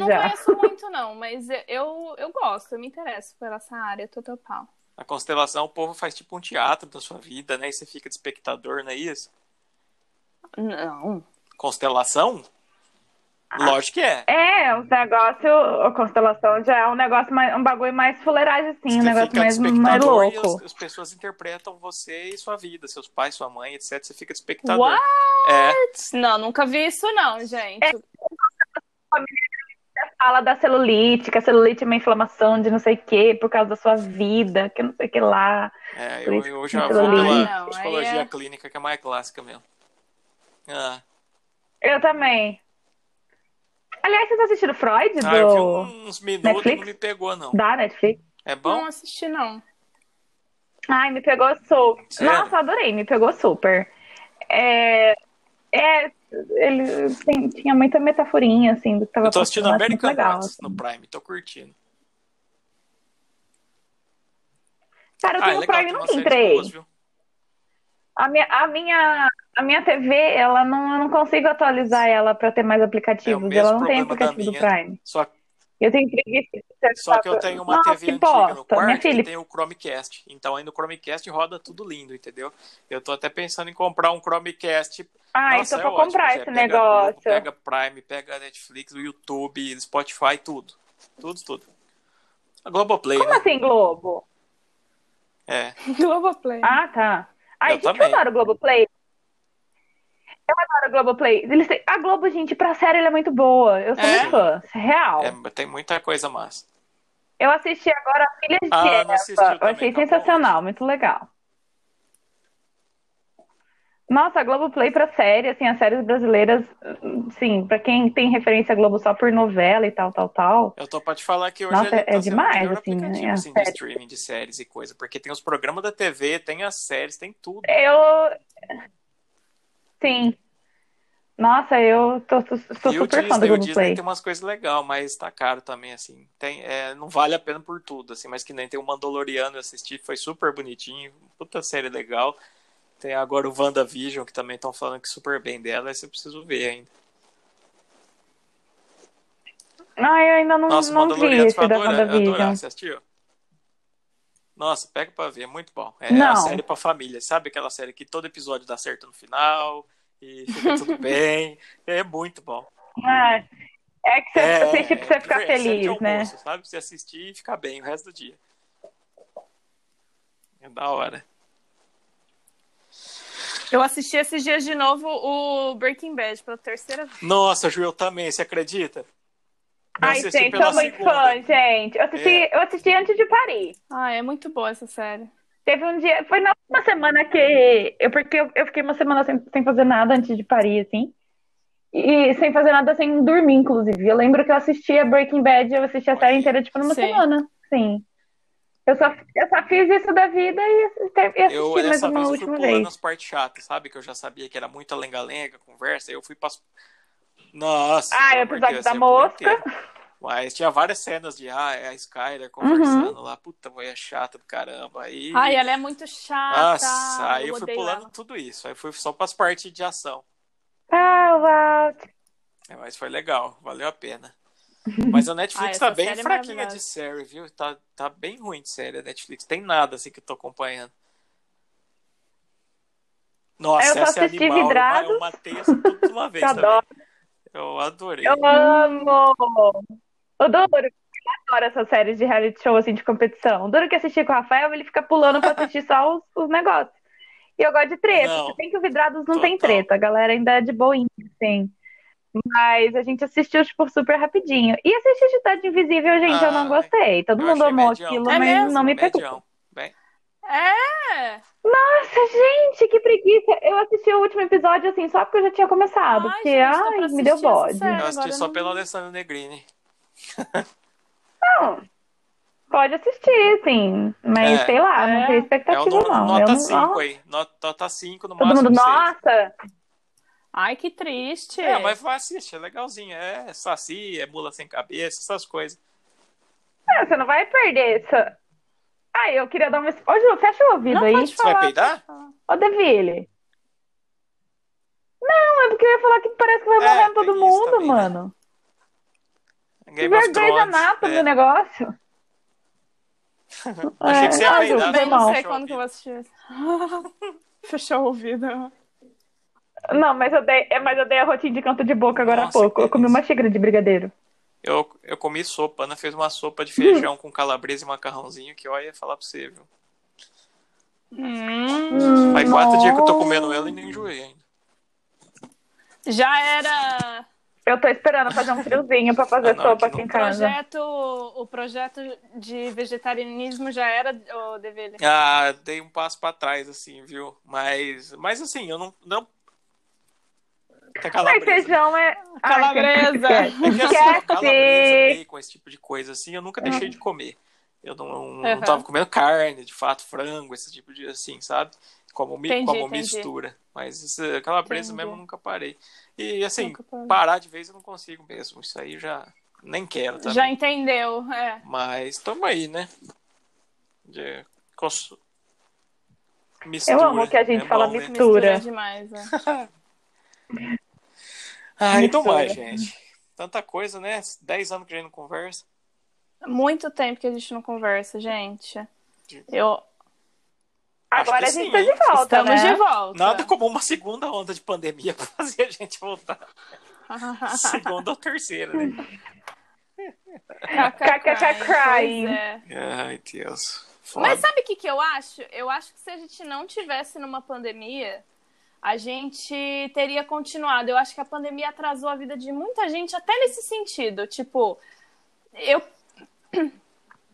S1: não, não
S3: já.
S1: conheço muito, não, mas eu, eu gosto, eu me interesso por essa área, eu tô total.
S2: A constelação, o povo faz tipo um teatro da sua vida, né? E você fica de espectador, não é isso?
S1: Não.
S2: Constelação?
S3: Ah,
S2: Lógico que é.
S3: É, o negócio, a constelação já é um negócio mais, um bagulho mais fuleiragem, assim, um
S2: Você
S3: negócio
S2: fica de
S3: mais, mais
S2: espectador e as,
S3: louco.
S2: as pessoas interpretam você e sua vida, seus pais, sua mãe, etc. Você fica de espectador.
S1: What?
S2: É,
S1: Não, nunca vi isso, não, gente.
S3: Fala da celulite, que a celulite é uma inflamação de não sei o que, por causa da sua vida, que não sei o que lá.
S2: é,
S3: Por
S2: eu,
S3: isso
S2: eu
S3: que
S2: já
S3: eu
S2: vou
S3: li.
S1: Ah,
S2: pela
S1: não, aí
S2: psicologia
S1: é-
S2: clínica, que é mais clássica mesmo. Ah,
S3: Eu também. Aliás, vocês assistiram Freud do...
S2: Ah, eu vi uns minutos,
S3: Tipo, Netflix?
S2: não me pegou, não.
S3: da Netflix?
S2: É bom?
S1: Não assisti, não.
S3: Ai, me pegou super.
S2: Sério?
S3: Nossa, adorei, me pegou super. É, é, ele tem- tinha muita metaforinha, assim, do que tava
S2: Eu tô assistindo
S3: passando, acho muito
S2: American
S3: legal. assim.
S2: Gods no Prime, tô curtindo.
S3: Cara, eu
S2: Ah, é
S3: tenho
S2: legal,
S3: Prime
S2: tem
S3: e
S2: umas
S3: nunca
S2: séries
S3: entrei.
S2: boas, viu?
S3: A minha, a minha, a minha TV, ela não, eu não consigo atualizar ela pra ter mais
S2: É o
S3: aplicativos.
S2: mesmo
S3: Ela não tem
S2: problema da
S3: aplicativo do
S2: minha.
S3: Prime.
S2: Só,
S3: Eu tenho preguiça de
S2: só que eu tenho uma
S3: Nossa,
S2: TV
S3: que
S2: antiga
S3: bosta. né,
S2: no quarto
S3: Minha
S2: que
S3: filha,
S2: tem o Chromecast. Então aí no Chromecast roda tudo lindo, entendeu? Eu tô até pensando em comprar um Chromecast
S3: ai,
S2: Nossa,
S3: só
S2: é
S3: pra
S2: ótimo,
S3: comprar
S2: Zé.
S3: esse
S2: Pega
S3: negócio.
S2: Globo, Pega Prime, pega Netflix, o YouTube, Spotify, tudo. Tudo, tudo. A Globoplay,
S3: Como
S2: né?
S3: assim, Globo?
S2: É.
S1: Globoplay.
S3: Ah, tá. Ai,
S2: Eu
S3: gente,
S2: também.
S3: eu adoro o Globoplay. Eu adoro o Globoplay. Eles têm... A Globo, gente, pra série ela é muito boa. Eu sou
S2: É?
S3: muito fã. isso é Real.
S2: É, tem muita coisa massa.
S3: Eu assisti agora a Filha de
S2: Ah, não
S3: Eva.
S2: assisti também,
S3: Eu achei
S2: tá bom.
S3: sensacional, muito legal. Nossa, a Globoplay pra série, assim, as séries brasileiras, sim, pra quem tem referência à Globo só por novela e tal, tal, tal.
S2: Eu tô pra te falar que hoje
S3: Nossa,
S2: ele tá
S3: é
S2: sendo o
S3: demais,
S2: melhor
S3: assim,
S2: aplicativo
S3: né, a
S2: assim, de
S3: série.
S2: streaming de séries e coisa. Porque tem os programas da TV, tem as séries, tem tudo.
S3: Eu. Sim. Nossa, eu tô, tô, tô
S2: e o
S3: super
S2: Disney,
S3: fã do
S2: o Disney
S3: Globoplay.
S2: tem umas coisas legais, mas tá caro também, assim. Tem, é, não vale a pena por tudo, assim, mas que nem tem o Mandaloriano eu assisti, foi super bonitinho, puta série legal. Tem agora o WandaVision, que também estão falando que super bem dela, esse eu preciso ver ainda.
S3: Ah, eu ainda não,
S2: Nossa, o
S3: não vi
S2: Mandaloriano você
S3: esse
S2: vai
S3: da
S2: adorar, adorar.
S3: WandaVision.
S2: Você assistiu? Nossa, pega pra ver, é muito bom. É
S3: Não.
S2: a série pra família, sabe aquela série que todo episódio dá certo no final e fica tudo bem. É muito bom.
S3: Ah, é que você
S2: é,
S3: assiste pra você ficar
S2: é série de
S3: feliz,
S2: almoço,
S3: né?
S2: Sabe? Você assistir e ficar bem o resto do dia. É da hora.
S1: Eu assisti esses dias de novo o Breaking Bad pela terceira vez.
S2: Nossa, Ju, eu também, você acredita? Eu
S3: Ai,
S2: assisti
S3: gente,
S2: pela
S3: sou muito
S2: segunda. É.
S3: fã, gente. Eu assisti, eu assisti antes de parir.
S1: Ah, é muito boa essa série.
S3: Teve um dia, foi na última semana que eu, porque eu, eu fiquei uma semana sem, sem fazer nada antes de parir, assim. E sem fazer nada, sem dormir, inclusive. Eu lembro que eu assistia Breaking Bad, eu assisti a série inteira, tipo, numa
S1: Sim.
S3: semana, sim. Eu só, eu só fiz isso da vida e, assisti- e assisti
S2: Eu,
S3: mais
S2: dessa
S3: uma
S2: vez, eu fui
S3: última
S2: pulando
S3: vez.
S2: as partes chatas, sabe? Que eu já sabia que era muita lenga-lenga, conversa. aí Eu fui pras... Nossa.
S3: Ah,
S2: pelo
S3: é o
S2: amor de
S3: episódio
S2: Deus,
S3: da
S2: é muito
S3: mosca. Uhum.
S2: inteiro. Mas tinha várias cenas de, ah, é a Skyler conversando lá. Puta, mulher chata do caramba. Aí...
S1: Ai,
S3: ah,
S1: ela é muito
S3: tá.
S1: chata.
S2: Nossa, aí eu, fui
S1: odeio
S2: pulando
S1: ela.
S2: tudo isso. Aí fui só pras partes de ação.
S3: Ah, uau.
S2: É, mas foi legal, valeu a pena. Mas a
S1: Ah,
S2: Netflix
S1: essa
S2: tá bem
S1: série é
S2: fraquinha de
S1: maravilhosa.
S2: série, viu? Tá, tá bem ruim de série a Netflix. Tem nada assim que eu tô acompanhando.
S3: Eu
S2: Nossa,
S3: só
S2: essa é
S3: assisti
S2: animal.
S3: Vidrados.
S2: Eu, eu matei essa tudo de uma vez tá
S3: Eu
S2: também.
S3: adoro.
S2: Eu adorei.
S3: Eu amo. Odoro, adoro essas séries de reality show, assim, de competição. Duro que assistir com o Rafael, ele fica pulando pra assistir só os, os negócios. E eu gosto de treta.
S2: Não.
S3: Se bem que o Vidrados não tem
S2: Total.
S3: treta, a galera ainda é de boinha, assim. Mas a gente assistiu, tipo, super rapidinho. E assistir de Cidade Invisível, gente, eu não
S2: Ah,
S3: gostei. Todo
S2: Eu
S3: mundo
S2: achei
S3: amou
S2: mediano.
S3: aquilo,
S1: É
S3: mas
S1: mesmo?
S3: não me pegou.
S2: Medião. Bem,
S1: É!
S3: Nossa, gente, que preguiça. Eu assisti o último episódio, assim, só porque eu já tinha começado.
S1: Ai,
S3: porque,
S1: gente, dá pra
S3: ai, me
S1: assistir
S3: deu
S1: essa
S3: bode.
S1: série.
S2: eu assisti
S1: agora
S2: só
S1: não-
S2: pelo Alessandro Negrini.
S3: Não, pode assistir, sim. Mas,
S2: É.
S3: sei lá,
S1: É.
S3: não tem
S2: É
S3: expectativa,
S2: o no-
S3: tá não. Eu
S2: nota
S3: não-
S2: 5 aí. Not- Nota 5 no
S3: Todo
S2: máximo.
S3: É mundo,
S2: seis.
S3: nossa!
S1: Ai, que triste.
S2: É, mas vai assiste, é legalzinho. É saci, é mula sem cabeça, essas coisas.
S3: Não, é, você não vai perder isso. Ai, eu queria dar uma... Ô, Ju, fecha o ouvido
S1: Não,
S3: aí.
S1: pode
S2: Você vai
S1: falar.
S2: peidar?
S3: Ô, Deville. Não, é porque eu ia falar que parece que vai
S2: É,
S3: morrendo todo
S2: tem isso
S3: mundo,
S2: também, né?
S3: mano.
S2: Game
S3: Ver
S2: of
S3: Grey's
S2: Thrones.
S3: Anatomy
S1: né?
S2: é.
S3: o negócio.
S2: Achei que você ia
S3: Ah, Ju,
S2: peidar,
S3: foi
S1: Eu não
S3: mal.
S1: sei quando que eu vou assistir. Fechou o ouvido.
S3: Não, mas eu dei, é, mas eu dei a rotina de canto de boca agora
S2: Nossa,
S3: há pouco.
S2: que
S3: Eu comi
S2: delícia.
S3: uma xícara de brigadeiro.
S2: Eu, eu comi sopa, Ana fez uma sopa de feijão com calabresa e macarrãozinho que olha, ia falar pra você, viu?
S1: Hum,
S2: Faz quatro dias que eu tô
S3: Nossa.
S2: comendo ela e nem enjoei ainda.
S1: já era
S3: Eu tô esperando fazer um friozinho pra fazer
S2: Ah, não,
S3: sopa
S2: aqui
S3: aqui
S2: não
S3: em casa.
S1: projeto, o projeto de vegetarianismo já era o dever.
S2: Ah, dei um passo pra trás, assim, viu? Mas, mas assim, eu não. não... Tá
S3: Mas
S2: calabresa.
S3: feijão é. Ai,
S1: Calabresa.
S3: gente,
S2: É que assim,
S3: Esquece.
S2: calabresa, bacon, esse tipo de coisa, assim, eu nunca deixei de comer. Eu não, não
S1: Uhum.
S2: tava comendo carne, de fato, frango, esse tipo de assim, sabe? Como, mi-
S1: Entendi,
S2: como
S1: entendi.
S2: mistura. Mas isso, calabresa
S1: Entendi.
S2: mesmo eu nunca parei. E assim,
S1: Nunca parei.
S2: parar de vez eu não consigo mesmo. Isso aí já nem quero também.
S1: Já entendeu, é.
S2: Mas tamo aí, né? De cons-
S3: Eu
S2: Mistura,
S1: um
S3: amo que a gente
S2: é
S3: fala
S2: bom, né?
S3: mistura.
S1: Mistura demais, é.
S2: Ah, então
S3: Mistura.
S2: mais, gente. Tanta coisa, né? Dez anos que a gente não conversa.
S1: Muito tempo que a gente não conversa, gente. Eu...
S2: Acho
S3: Agora
S2: que
S3: a gente
S2: sim,
S3: tá de
S2: hein?
S3: volta.
S1: Estamos
S3: né?
S1: de volta.
S2: Nada como uma segunda onda de pandemia pra fazer a gente voltar. Segunda ou terceira, né?
S3: Crying.
S1: Pois é.
S2: Ai, Deus. Foda.
S1: Mas sabe o que, que eu acho? Eu acho que se a gente não tivesse numa pandemia, a gente teria continuado. Eu acho que a pandemia atrasou a vida de muita gente, até nesse sentido. Tipo, eu.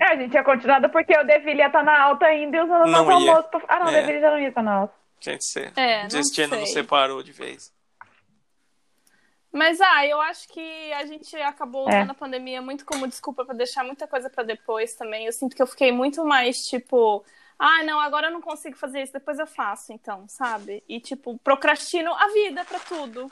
S3: É, a gente tinha continuado porque o Deville ia estar na alta ainda e usando o
S2: Não
S3: nosso
S2: ia.
S3: almoço pra... Ah, não,
S2: É.
S3: o Deville já não ia estar na alta.
S2: Gente, você...
S1: É, não
S2: destino não
S1: sei.
S2: separou de vez.
S1: Mas ah, eu acho que a gente acabou
S3: É.
S1: usando a pandemia muito como desculpa pra deixar muita coisa pra depois também. Eu sinto que eu fiquei muito mais tipo, ah, não, agora eu não consigo fazer isso, depois eu faço, então, sabe? E tipo, procrastino a vida pra tudo.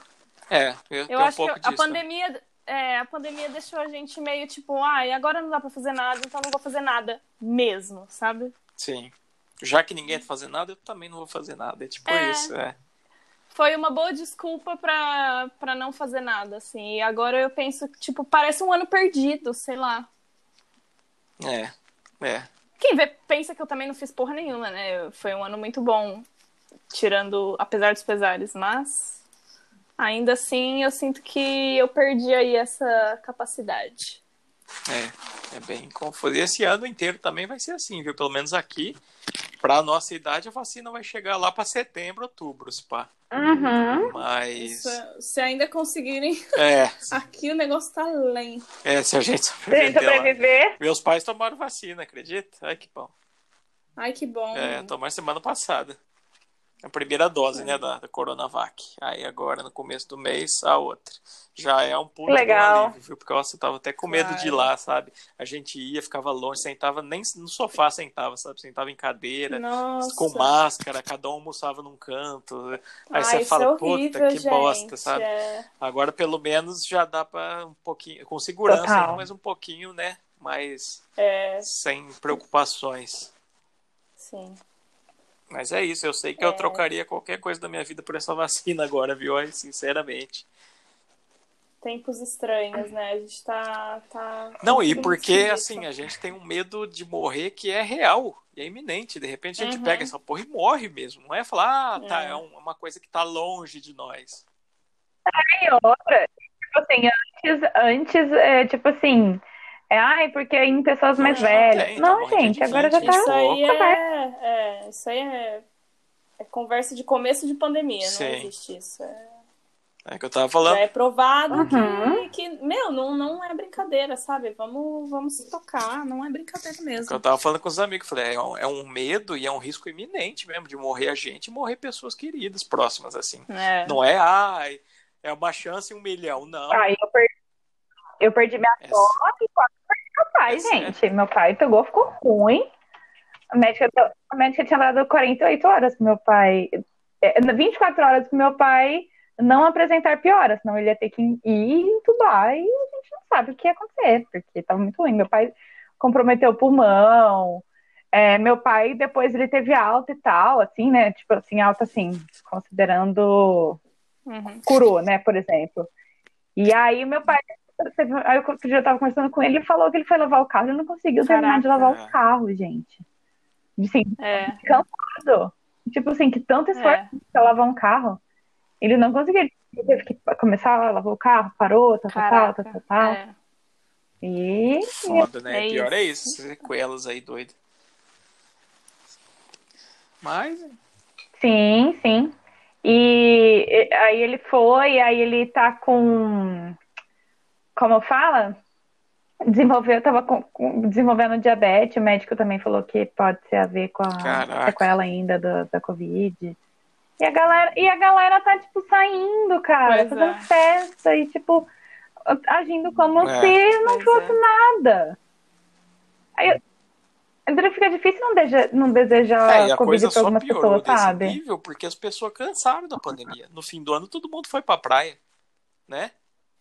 S2: É, eu,
S1: Eu
S2: tenho um
S1: acho que
S2: pouco
S1: a
S2: disso. também.
S1: pandemia, é, a pandemia deixou a gente meio tipo, ai, agora não dá pra fazer nada, então não vou fazer nada mesmo, sabe?
S2: Sim. Já que ninguém tá fazendo nada, eu também não vou fazer nada. É tipo
S1: É.
S2: isso, é.
S1: Foi uma boa desculpa pra, pra não fazer nada, assim. E agora eu penso que, tipo, parece um ano perdido, sei lá.
S2: É, é.
S1: Quem vê, pensa que eu também não fiz porra nenhuma, né? Foi um ano muito bom, tirando, apesar dos pesares, mas ainda assim eu sinto que eu perdi aí essa capacidade.
S2: É, é bem confuso. E esse ano inteiro também vai ser assim, viu? Pelo menos aqui, pra nossa idade, a vacina vai chegar lá pra setembro, outubro, se pá.
S3: Uhum.
S2: Mas.
S1: Isso, Se ainda conseguirem
S2: É,
S1: Aqui o negócio tá lento.
S2: é, se a gente
S3: Se a gente
S2: sobreviver. lá.
S3: sobreviver,
S2: Meus pais tomaram vacina, acredita? Ai, que bom.
S1: Ai, que bom.
S2: É, tomaram semana passada. A primeira dose, né, da, da Coronavac. Aí agora, no começo do mês, a outra. Já é um pulo
S3: Legal.
S2: viu? Porque nossa, eu tava até com medo de ir lá, sabe? A gente ia, ficava longe, sentava, nem no sofá sentava, sabe? Sentava em cadeira,
S1: Nossa.
S2: com máscara, cada um almoçava num canto. Aí
S1: Ai,
S2: você
S1: isso
S2: fala,
S1: é horrível,
S2: puta, que
S1: gente.
S2: bosta, sabe?
S1: É.
S2: Agora, pelo menos, já dá pra um pouquinho, com segurança,
S3: Total.
S2: ainda, mas um pouquinho, né? Mas
S1: É,
S2: sem preocupações.
S1: sim.
S2: Mas é isso, eu sei que eu trocaria qualquer coisa da minha vida por essa vacina agora, viu? Ai, sinceramente.
S1: Tempos estranhos, né? A gente tá. tá...
S2: Não, e
S1: Sim,
S2: porque
S1: sim,
S2: assim, a gente tem um medo de morrer que é real e é iminente. De repente a gente
S1: Uhum.
S2: pega essa porra e morre mesmo. Não é falar, ah, tá,
S1: É.
S2: é um- uma coisa que tá longe de nós.
S3: tem outra. Tipo assim, antes, antes é, tipo assim, É, ai, porque em pessoas mais
S2: Não,
S3: velhas.
S2: tem, tá
S3: não,
S2: morrendo
S3: gente,
S2: de
S3: agora já
S2: gente,
S3: tá.
S2: isso
S1: Isso aí
S3: louca, né?
S1: é, é- isso aí é, é conversa de começo de pandemia,
S2: Sim.
S1: não existe isso. É-
S2: É que eu tava
S1: já
S2: falando.
S1: é provado
S3: Uhum.
S1: que, que, meu, não, não é brincadeira, sabe? Vamos, vamos se tocar, não é brincadeira
S2: que Eu
S1: mesmo.
S2: tava falando com os amigos, falei, é um, é um medo e é um risco iminente mesmo de morrer a gente e morrer pessoas queridas próximas, assim.
S1: É.
S2: Não é, ai, é uma chance em um milhão, não.
S3: Ai, eu perdi, eu perdi minha
S2: É-
S3: avó e quase perdi meu pai,
S2: É
S3: gente. Meu pai pegou, ficou ruim. A médica, deu- a médica tinha dado 48 horas pro meu pai. é, 24 horas pro meu pai não apresentar piora, senão ele ia ter que ir entubar e a gente não sabe o que ia acontecer, porque tava muito ruim. Meu pai comprometeu o pulmão. É, meu pai, depois ele teve alta e tal, assim, né? Tipo assim, alta assim, considerando
S1: Uhum.
S3: curou, né, por exemplo. E aí meu pai, teve- aí eu- outro dia eu tava conversando com ele, ele falou que ele foi lavar o carro, ele não conseguiu terminar de
S2: Caraca.
S3: lavar o carro, gente. Assim,
S1: É,
S3: cansado. Tipo assim, que tanto esforço
S1: é.
S3: pra lavar um carro, ele não conseguiu. Ele teve que começar a lavar o carro, parou, tá, tá, tá,
S1: Caraca,
S3: tá, tá, tá.
S1: é.
S3: E
S2: Foda, né?
S1: É
S2: Pior é isso, sequelas aí, doido. Mas,
S3: Sim, sim. E e, aí ele foi, aí ele tá com. Como fala? Desenvolveu, tava com- com- desenvolvendo diabetes, o médico também falou que pode ser a ver com a
S2: Caraca.
S3: sequela ainda do- da Covid. E a galera, e a galera tá, tipo, saindo, cara,
S1: Pois
S3: fazendo
S1: é.
S3: festa e, tipo, agindo como
S2: É.
S3: se não
S1: Pois
S3: fosse
S1: é.
S3: nada. Aí, então fica difícil não, deseja, não desejar
S2: é, e a
S3: Covid
S2: coisa
S3: pra
S2: só
S3: algumas
S2: piorou
S3: pessoas,
S2: desse
S3: sabe?
S2: nível porque as pessoas cansaram da pandemia. No fim do ano, todo mundo foi pra praia, né?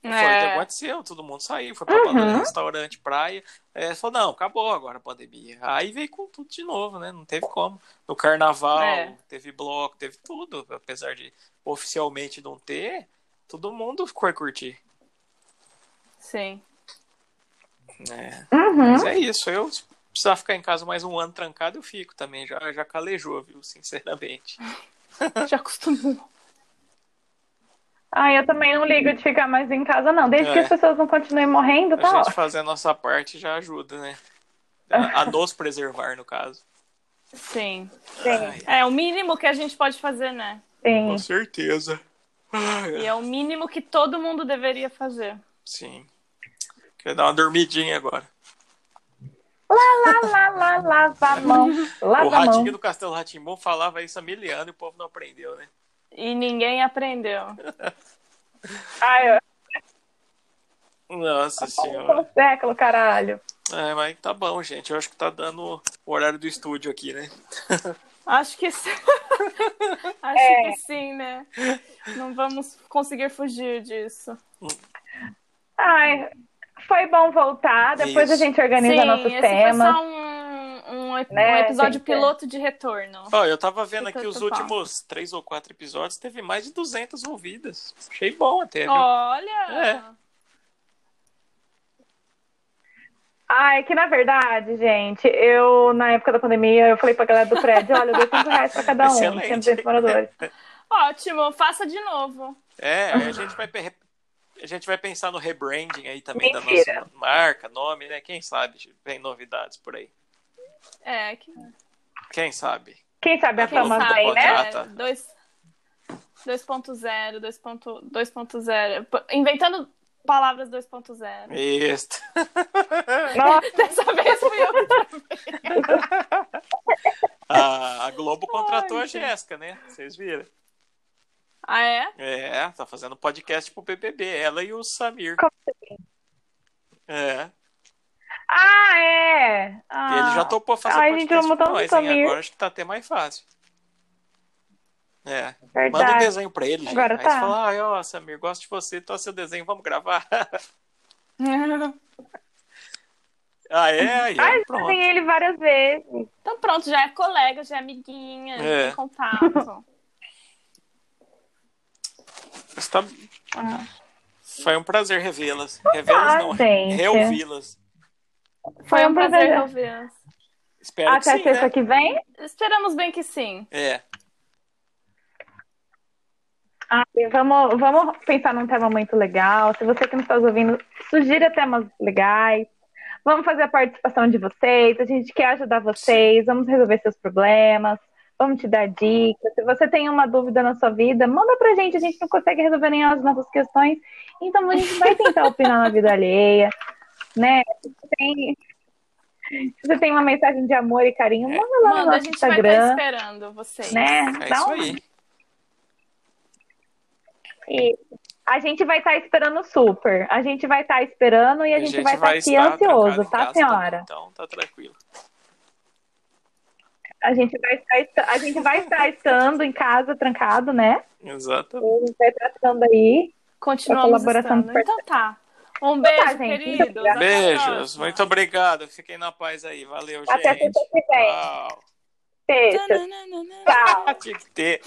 S2: Foi o que
S1: É.
S2: aconteceu, todo mundo saiu, foi pra
S3: Uhum.
S2: balada, restaurante, praia. É, só não, acabou agora a pandemia. Aí veio com tudo de novo, né? Não teve como. No carnaval,
S1: É.
S2: teve bloco, teve tudo. Apesar de oficialmente não ter, todo mundo foi curtir.
S1: Sim.
S2: né?
S3: Uhum.
S2: Mas é isso, eu se precisar ficar em casa mais um ano trancado, eu fico também. Já, já calejou, viu? Sinceramente.
S1: Já acostumou.
S3: Ah, eu também não ligo de ficar mais em casa, não. Desde
S2: É.
S3: que as pessoas não continuem morrendo,
S2: A
S3: tá
S2: gente
S3: ótimo.
S2: fazer a nossa parte já ajuda, né? A, a nos preservar, no caso.
S1: Sim.
S3: Sim.
S1: É o mínimo que a gente pode fazer, né?
S3: Sim.
S2: com certeza. Ai,
S1: E é o mínimo que todo mundo deveria fazer.
S2: Sim. Quer dar uma dormidinha agora.
S3: Lá, lá, lá, lava a mão.
S2: o
S3: Lava a
S2: ratinho
S3: mão.
S2: do Castelo Ratimbom falava isso há mil anos e o povo não aprendeu, né?
S1: E ninguém aprendeu.
S3: Ai, eu-
S2: Nossa
S3: um
S2: senhora.
S3: século, caralho.
S2: É, mas tá bom, gente. Eu acho que tá dando o horário do estúdio aqui, né?
S1: Acho que sim. Acho
S3: É.
S1: que sim, né? Não vamos conseguir fugir disso.
S3: Ai, foi bom voltar. Depois
S2: Isso.
S3: a gente organiza
S1: sim,
S3: nossos
S1: esse foi
S3: temas.
S1: só um, um, ep-
S3: Né,
S1: um episódio
S3: gente?
S1: piloto de retorno.
S2: Ó, eu tava vendo
S1: Fica
S2: aqui os
S1: tudo bom.
S2: últimos três ou quatro episódios, teve mais de 200 ouvidas. Achei bom até, viu?
S1: Olha!
S3: Ai, que na verdade, gente, eu, na época da pandemia, eu falei pra galera do prédio: olha, eu dei 5 reais pra cada um,
S2: Excelente.
S3: 100 moradores.
S1: Ótimo, faça de novo.
S2: É, aí a gente vai pe- a gente vai pensar no rebranding aí também da
S3: Mentira.
S2: nossa marca, nome, né? Quem sabe vem novidades por aí.
S1: É, que,
S2: Quem sabe?
S3: Quem sabe a
S2: Quem
S1: quem
S3: fama
S2: sabe,
S3: vem,
S1: sabe,
S3: né?
S2: né?
S1: né? Dois- 2.0, 2.0, 2.0. P- Inventando palavras 2.0.
S2: Isso.
S3: Nossa,
S1: Dessa vez fui eu.
S2: A, a Globo contratou
S1: Ai,
S2: a Jéssica, né? Vocês viram?
S1: Ah, é?
S2: É, tá fazendo podcast pro BBB, ela e o Samir.
S3: Como assim?
S2: É,
S3: Ah, é!
S2: e ele já
S3: Ah.
S2: topou fazer
S3: Ai, gente, eu
S2: podcast
S3: amo
S2: com
S3: tanto o
S2: nós, hein?
S3: Samir.
S2: Agora acho que tá até mais fácil. É, manda um
S3: Verdade.
S2: desenho pra ele, gente.
S3: Agora
S2: Aí
S3: tá.
S2: você fala, ai, ó, Samir, gosto de você, tô seu desenho, vamos gravar.
S1: Então
S2: ah, é? Aí, ó,
S3: Ah, eu
S2: pronto.
S3: desenhei ele várias vezes.
S1: Então pronto, já é colega, já é amiguinha, já
S2: É.
S1: tem contato.
S2: Mas tá- Foi um prazer revê-las. Revê-las
S3: Ah,
S2: não,
S3: gente.
S2: reouvi-las.
S1: Foi um prazer
S3: prazer.
S1: ouvir.
S2: Espero
S3: Até
S2: que sim,
S3: sexta
S2: né?
S3: que vem.
S1: Esperamos bem que sim.
S2: É,
S3: Ah, e vamos, tá vamos pensar num tema muito legal. Se você que não está ouvindo, sugira temas legais. Vamos fazer a participação de vocês, a gente quer ajudar vocês, vamos resolver seus problemas, vamos te dar dicas. Se você tem uma dúvida na sua vida, manda pra gente, a gente não consegue resolver nem as nossas questões, então a gente vai tentar opinar na vida alheia, né? Se você tem, se você tem uma mensagem de amor e carinho, manda lá no
S1: Manda, a
S3: nosso
S1: gente vai estar
S3: Instagram,
S1: esperando vocês.
S3: né?
S2: É
S3: Dá
S2: isso
S3: um-
S2: aí.
S3: E a gente vai estar esperando super. A gente vai estar esperando e a, gente, vai, estar aqui
S2: trancado
S3: ansioso,
S2: em
S3: tá,
S2: casa
S3: senhora?
S2: também, então tá tranquilo.
S3: A gente vai estar, est- a gente vai estar estando em casa, trancado, né?
S2: Exatamente.
S3: A gente vai estar estando aí.
S1: Continuamos
S3: A colaboração
S1: estando.
S3: per-
S1: Então tá. Um beijo,
S3: tá, gente. Muito
S1: queridos. Até a
S2: Beijos,
S1: próxima.
S2: muito obrigado. Fiquem na paz aí. Valeu,
S3: Até
S2: gente.
S3: sexta que vem.
S2: Tchau.
S3: Sexta. Tchau.
S2: Tinha que ter.